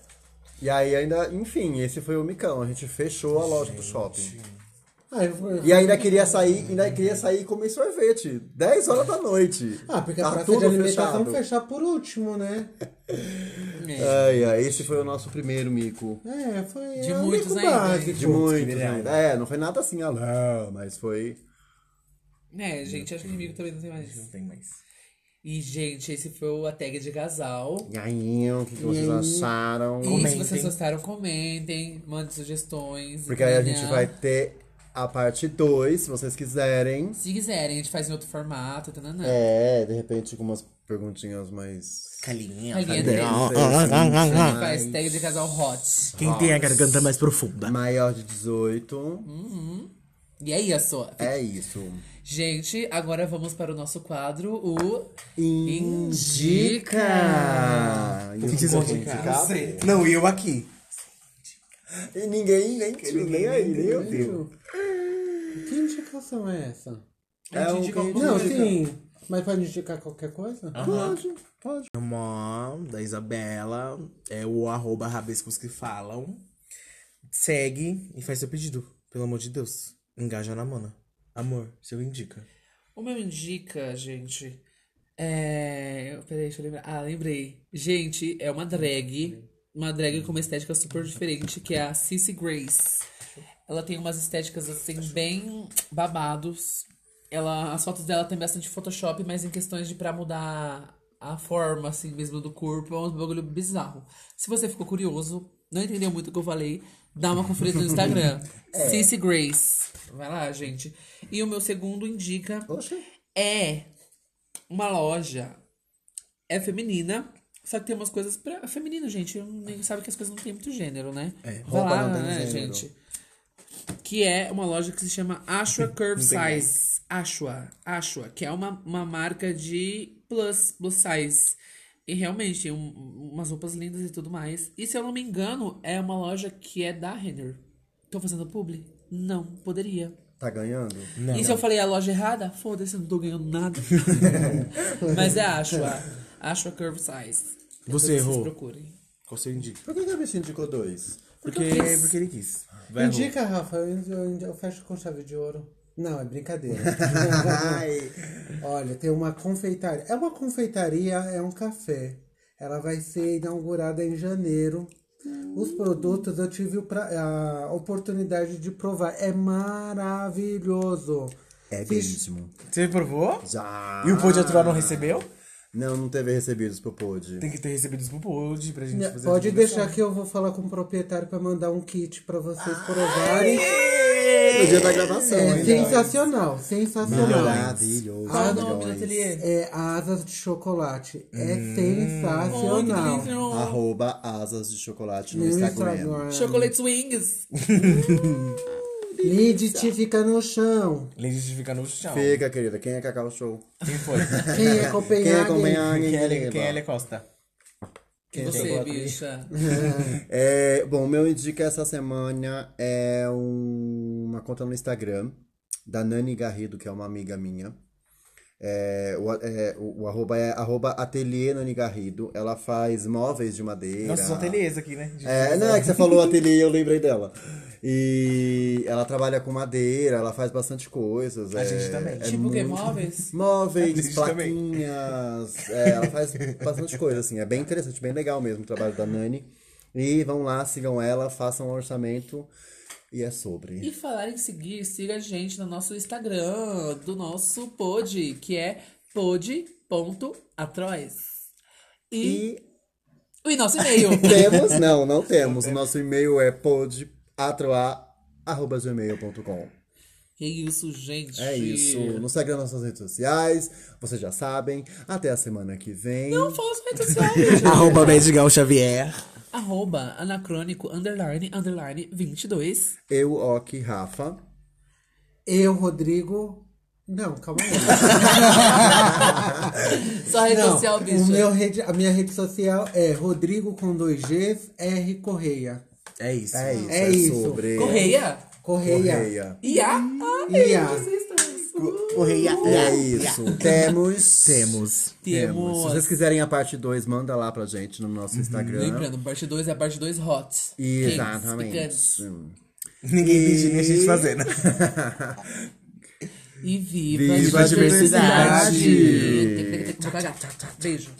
Speaker 3: E aí ainda, enfim, esse foi o micão. A gente fechou a loja do shopping.
Speaker 5: Ah, eu vou-
Speaker 3: E ainda queria sair, ainda queria sair e comer sorvete. 10 horas da noite.
Speaker 5: Ah, porque
Speaker 3: Tá
Speaker 5: a praça
Speaker 3: tudo
Speaker 5: de alimentação
Speaker 3: fechado.
Speaker 5: fechar por último, né?
Speaker 3: Ai, ai, esse foi o nosso primeiro mico.
Speaker 5: É, foi.
Speaker 2: De
Speaker 5: é um
Speaker 2: muitos
Speaker 5: bico
Speaker 2: ainda, hein?
Speaker 5: básico.
Speaker 3: De muitos, né? É, não foi nada assim, ah, não, mas foi.
Speaker 2: É, gente, acho que inimigo também não tem mais.
Speaker 4: Não tem mais.
Speaker 2: E, gente, esse foi o A Tag de Casal.
Speaker 3: E aí, o que, que vocês acharam?
Speaker 2: E se
Speaker 4: Comentem.
Speaker 2: vocês gostaram, comentem, mandem sugestões.
Speaker 3: Porque aí a
Speaker 2: né?
Speaker 3: gente vai ter a parte 2, se vocês quiserem.
Speaker 2: Se quiserem, a gente faz em outro formato, tananã.
Speaker 3: É, de repente, com umas perguntinhas mais.
Speaker 4: Calinha.
Speaker 2: Aí entra
Speaker 3: Densas,
Speaker 2: isso, a
Speaker 3: assim,
Speaker 2: gente faz tag de casal hot.
Speaker 4: Quem tem a garganta mais profunda?
Speaker 3: Maior de 18.
Speaker 2: E é isso.
Speaker 3: É isso.
Speaker 2: Gente, agora vamos para o nosso quadro, o...
Speaker 3: Indica!
Speaker 4: O que vocês vão indicar? Não, e eu aqui.
Speaker 3: E ninguém, nem tio, nem aí, nem eu. tio.
Speaker 5: Que indicação é essa?
Speaker 2: A gente
Speaker 3: o
Speaker 2: indica
Speaker 3: um que-
Speaker 2: alguma
Speaker 5: Não,
Speaker 2: coisa.
Speaker 5: sim. Mas pode indicar qualquer coisa?
Speaker 3: Pode, pode.
Speaker 4: Mó, da Isabela, é o arroba rabiscos que falam. Segue e faz seu pedido. Pelo amor de Deus. Engaja na mana. Amor, seu indica.
Speaker 2: O meu indica, gente, é... Peraí, deixa eu lembrar. Ah, lembrei. Gente, é uma drag. Uma drag com uma estética super diferente, que é a Cissy Grace. Ela tem umas estéticas, assim, bem babados. Ela, as fotos dela tem bastante Photoshop, mas em questões de pra mudar a forma, assim, mesmo do corpo, é um bagulho bizarro. Se você ficou curioso, não entendeu muito o que eu falei, dá uma conferida no Instagram. Cissy Grace. Vai lá, gente. E o meu segundo indica
Speaker 3: Poxa.
Speaker 2: é uma loja. É feminina. Só que tem umas coisas pra. Feminino, gente. Nem sabe que as coisas não têm muito gênero, né? É,
Speaker 3: roupa não tem gênero.
Speaker 2: Que é uma loja que se chama Ashua Curve Size. Ashua. Ashua. Que é uma, uma marca de plus, plus size. E realmente tem um- umas roupas lindas e tudo mais. E se eu não me engano, é uma loja que é da Renner. Tô fazendo publi? Não, poderia.
Speaker 3: Tá ganhando?
Speaker 2: E se eu falei a loja errada? Foda-se, eu não tô ganhando nada. Mas é a Ashua. Ashua Curve Size. Depois
Speaker 4: Você
Speaker 2: Vocês
Speaker 4: errou.
Speaker 2: procurem.
Speaker 4: Qual seu indica?
Speaker 3: Por que que a bicha indicou dois?
Speaker 4: Porque, porque ele quis. Vai, Rô.
Speaker 5: Indica, Rafa. Eu, eu- eu fecho com chave de ouro. Não, é brincadeira.
Speaker 3: Ai.
Speaker 5: Olha, tem uma confeitaria. É uma confeitaria, é um café. Ela vai ser inaugurada em janeiro. Os produtos eu tive o pra- a oportunidade de provar. É maravilhoso.
Speaker 3: É
Speaker 5: Fiz-
Speaker 3: mesmo.
Speaker 4: Você provou?
Speaker 3: Já.
Speaker 4: E o Pod Atual não recebeu?
Speaker 3: Não, não teve recebidos pro Pod.
Speaker 4: Tem que ter recebido isso pro Pod pra gente fazer. a
Speaker 5: Pode
Speaker 4: divulgação.
Speaker 5: deixar que eu vou falar com o proprietário para mandar um kit para
Speaker 4: Ah,
Speaker 5: vocês provarem.
Speaker 4: é
Speaker 3: No dia da gravação,
Speaker 5: É
Speaker 3: hein?
Speaker 5: sensacional, sensacional.
Speaker 3: Maravilhoso.
Speaker 2: Qual é o nome do ateliê?
Speaker 5: É asas de chocolate. É
Speaker 3: Hum.
Speaker 2: Oi, que
Speaker 5: sensacional.
Speaker 2: delícia.
Speaker 3: Ah. Arroba asas de chocolate no
Speaker 5: Meu
Speaker 3: Instagram.
Speaker 2: Chocolate Wings.
Speaker 5: Lidit fica no chão.
Speaker 4: Lady de ficar no chão.
Speaker 3: Fica, querida. Quem é Cacau Show?
Speaker 4: Quem foi?
Speaker 5: Quem é
Speaker 3: Quem é
Speaker 5: Copenhague?
Speaker 3: Copenhague?
Speaker 4: Kelly,
Speaker 3: querida?
Speaker 4: Kelly é Costa.
Speaker 2: E você, bicha?
Speaker 3: É, bom, meu indica essa semana é um- uma conta no Instagram da Nani Garrido, que é uma amiga minha. É, o, a- é, o- o arroba é arroba ateliê Nani Garrido. Ela faz móveis de madeira.
Speaker 4: Nossa, só ateliês aqui, né? Gente,
Speaker 3: É, não, é que você falou ateliê, eu lembrei dela. E ela trabalha com madeira, ela faz bastante coisas.
Speaker 4: A
Speaker 3: é-
Speaker 4: gente também.
Speaker 3: é
Speaker 2: tipo o que?
Speaker 3: muito-
Speaker 2: Móveis?
Speaker 3: Móveis,
Speaker 4: Existe também.
Speaker 3: plaquinhas. É, ela faz bastante coisa, assim. É bem interessante, bem legal mesmo o trabalho da Nani. E vão lá, sigam ela, façam um orçamento. E é sobre.
Speaker 2: E falar em seguir, siga a gente no nosso Instagram, do nosso pod, que é pod ponto atroz. E,
Speaker 3: E
Speaker 2: o nosso e-mail.
Speaker 3: temos, não, não temos. O nosso e-mail é podatroa.gmail.com.
Speaker 2: que isso, gente.
Speaker 3: É isso. Nos segue nas nossas redes sociais. Vocês já sabem. Até a semana que vem.
Speaker 2: Não fala as redes sociais.
Speaker 4: Arroba Mendigão Xavier.
Speaker 2: Arroba anacrônico underline underline 22.
Speaker 3: Eu, Ok, Rafa.
Speaker 5: Eu, Rodrigo. Não, calma aí.
Speaker 2: Sua rede
Speaker 5: Não,
Speaker 2: social, bicho.
Speaker 5: O meu rede, a minha rede social é Rodrigo com dois Gs, R Correia.
Speaker 4: É isso.
Speaker 3: É isso.
Speaker 5: É
Speaker 3: É,
Speaker 5: isso.
Speaker 3: sobre.
Speaker 2: Correia?
Speaker 5: Correia.
Speaker 3: Correia.
Speaker 2: Ia?
Speaker 5: Ia.
Speaker 4: Correia.
Speaker 3: É isso. Temos.
Speaker 4: Temos.
Speaker 3: Temos. Se vocês quiserem a parte 2, manda lá pra gente no nosso Instagram.
Speaker 2: Lembrando, parte 2 é a parte 2 hot.
Speaker 3: E-
Speaker 2: Quentes,
Speaker 3: Exatamente.
Speaker 2: picantes.
Speaker 3: Hum.
Speaker 4: Ninguém pediu nem a gente
Speaker 3: E-
Speaker 4: fazendo.
Speaker 2: E viva,
Speaker 3: Viva a
Speaker 2: a diversidade.
Speaker 3: diversidade.
Speaker 2: Beijo.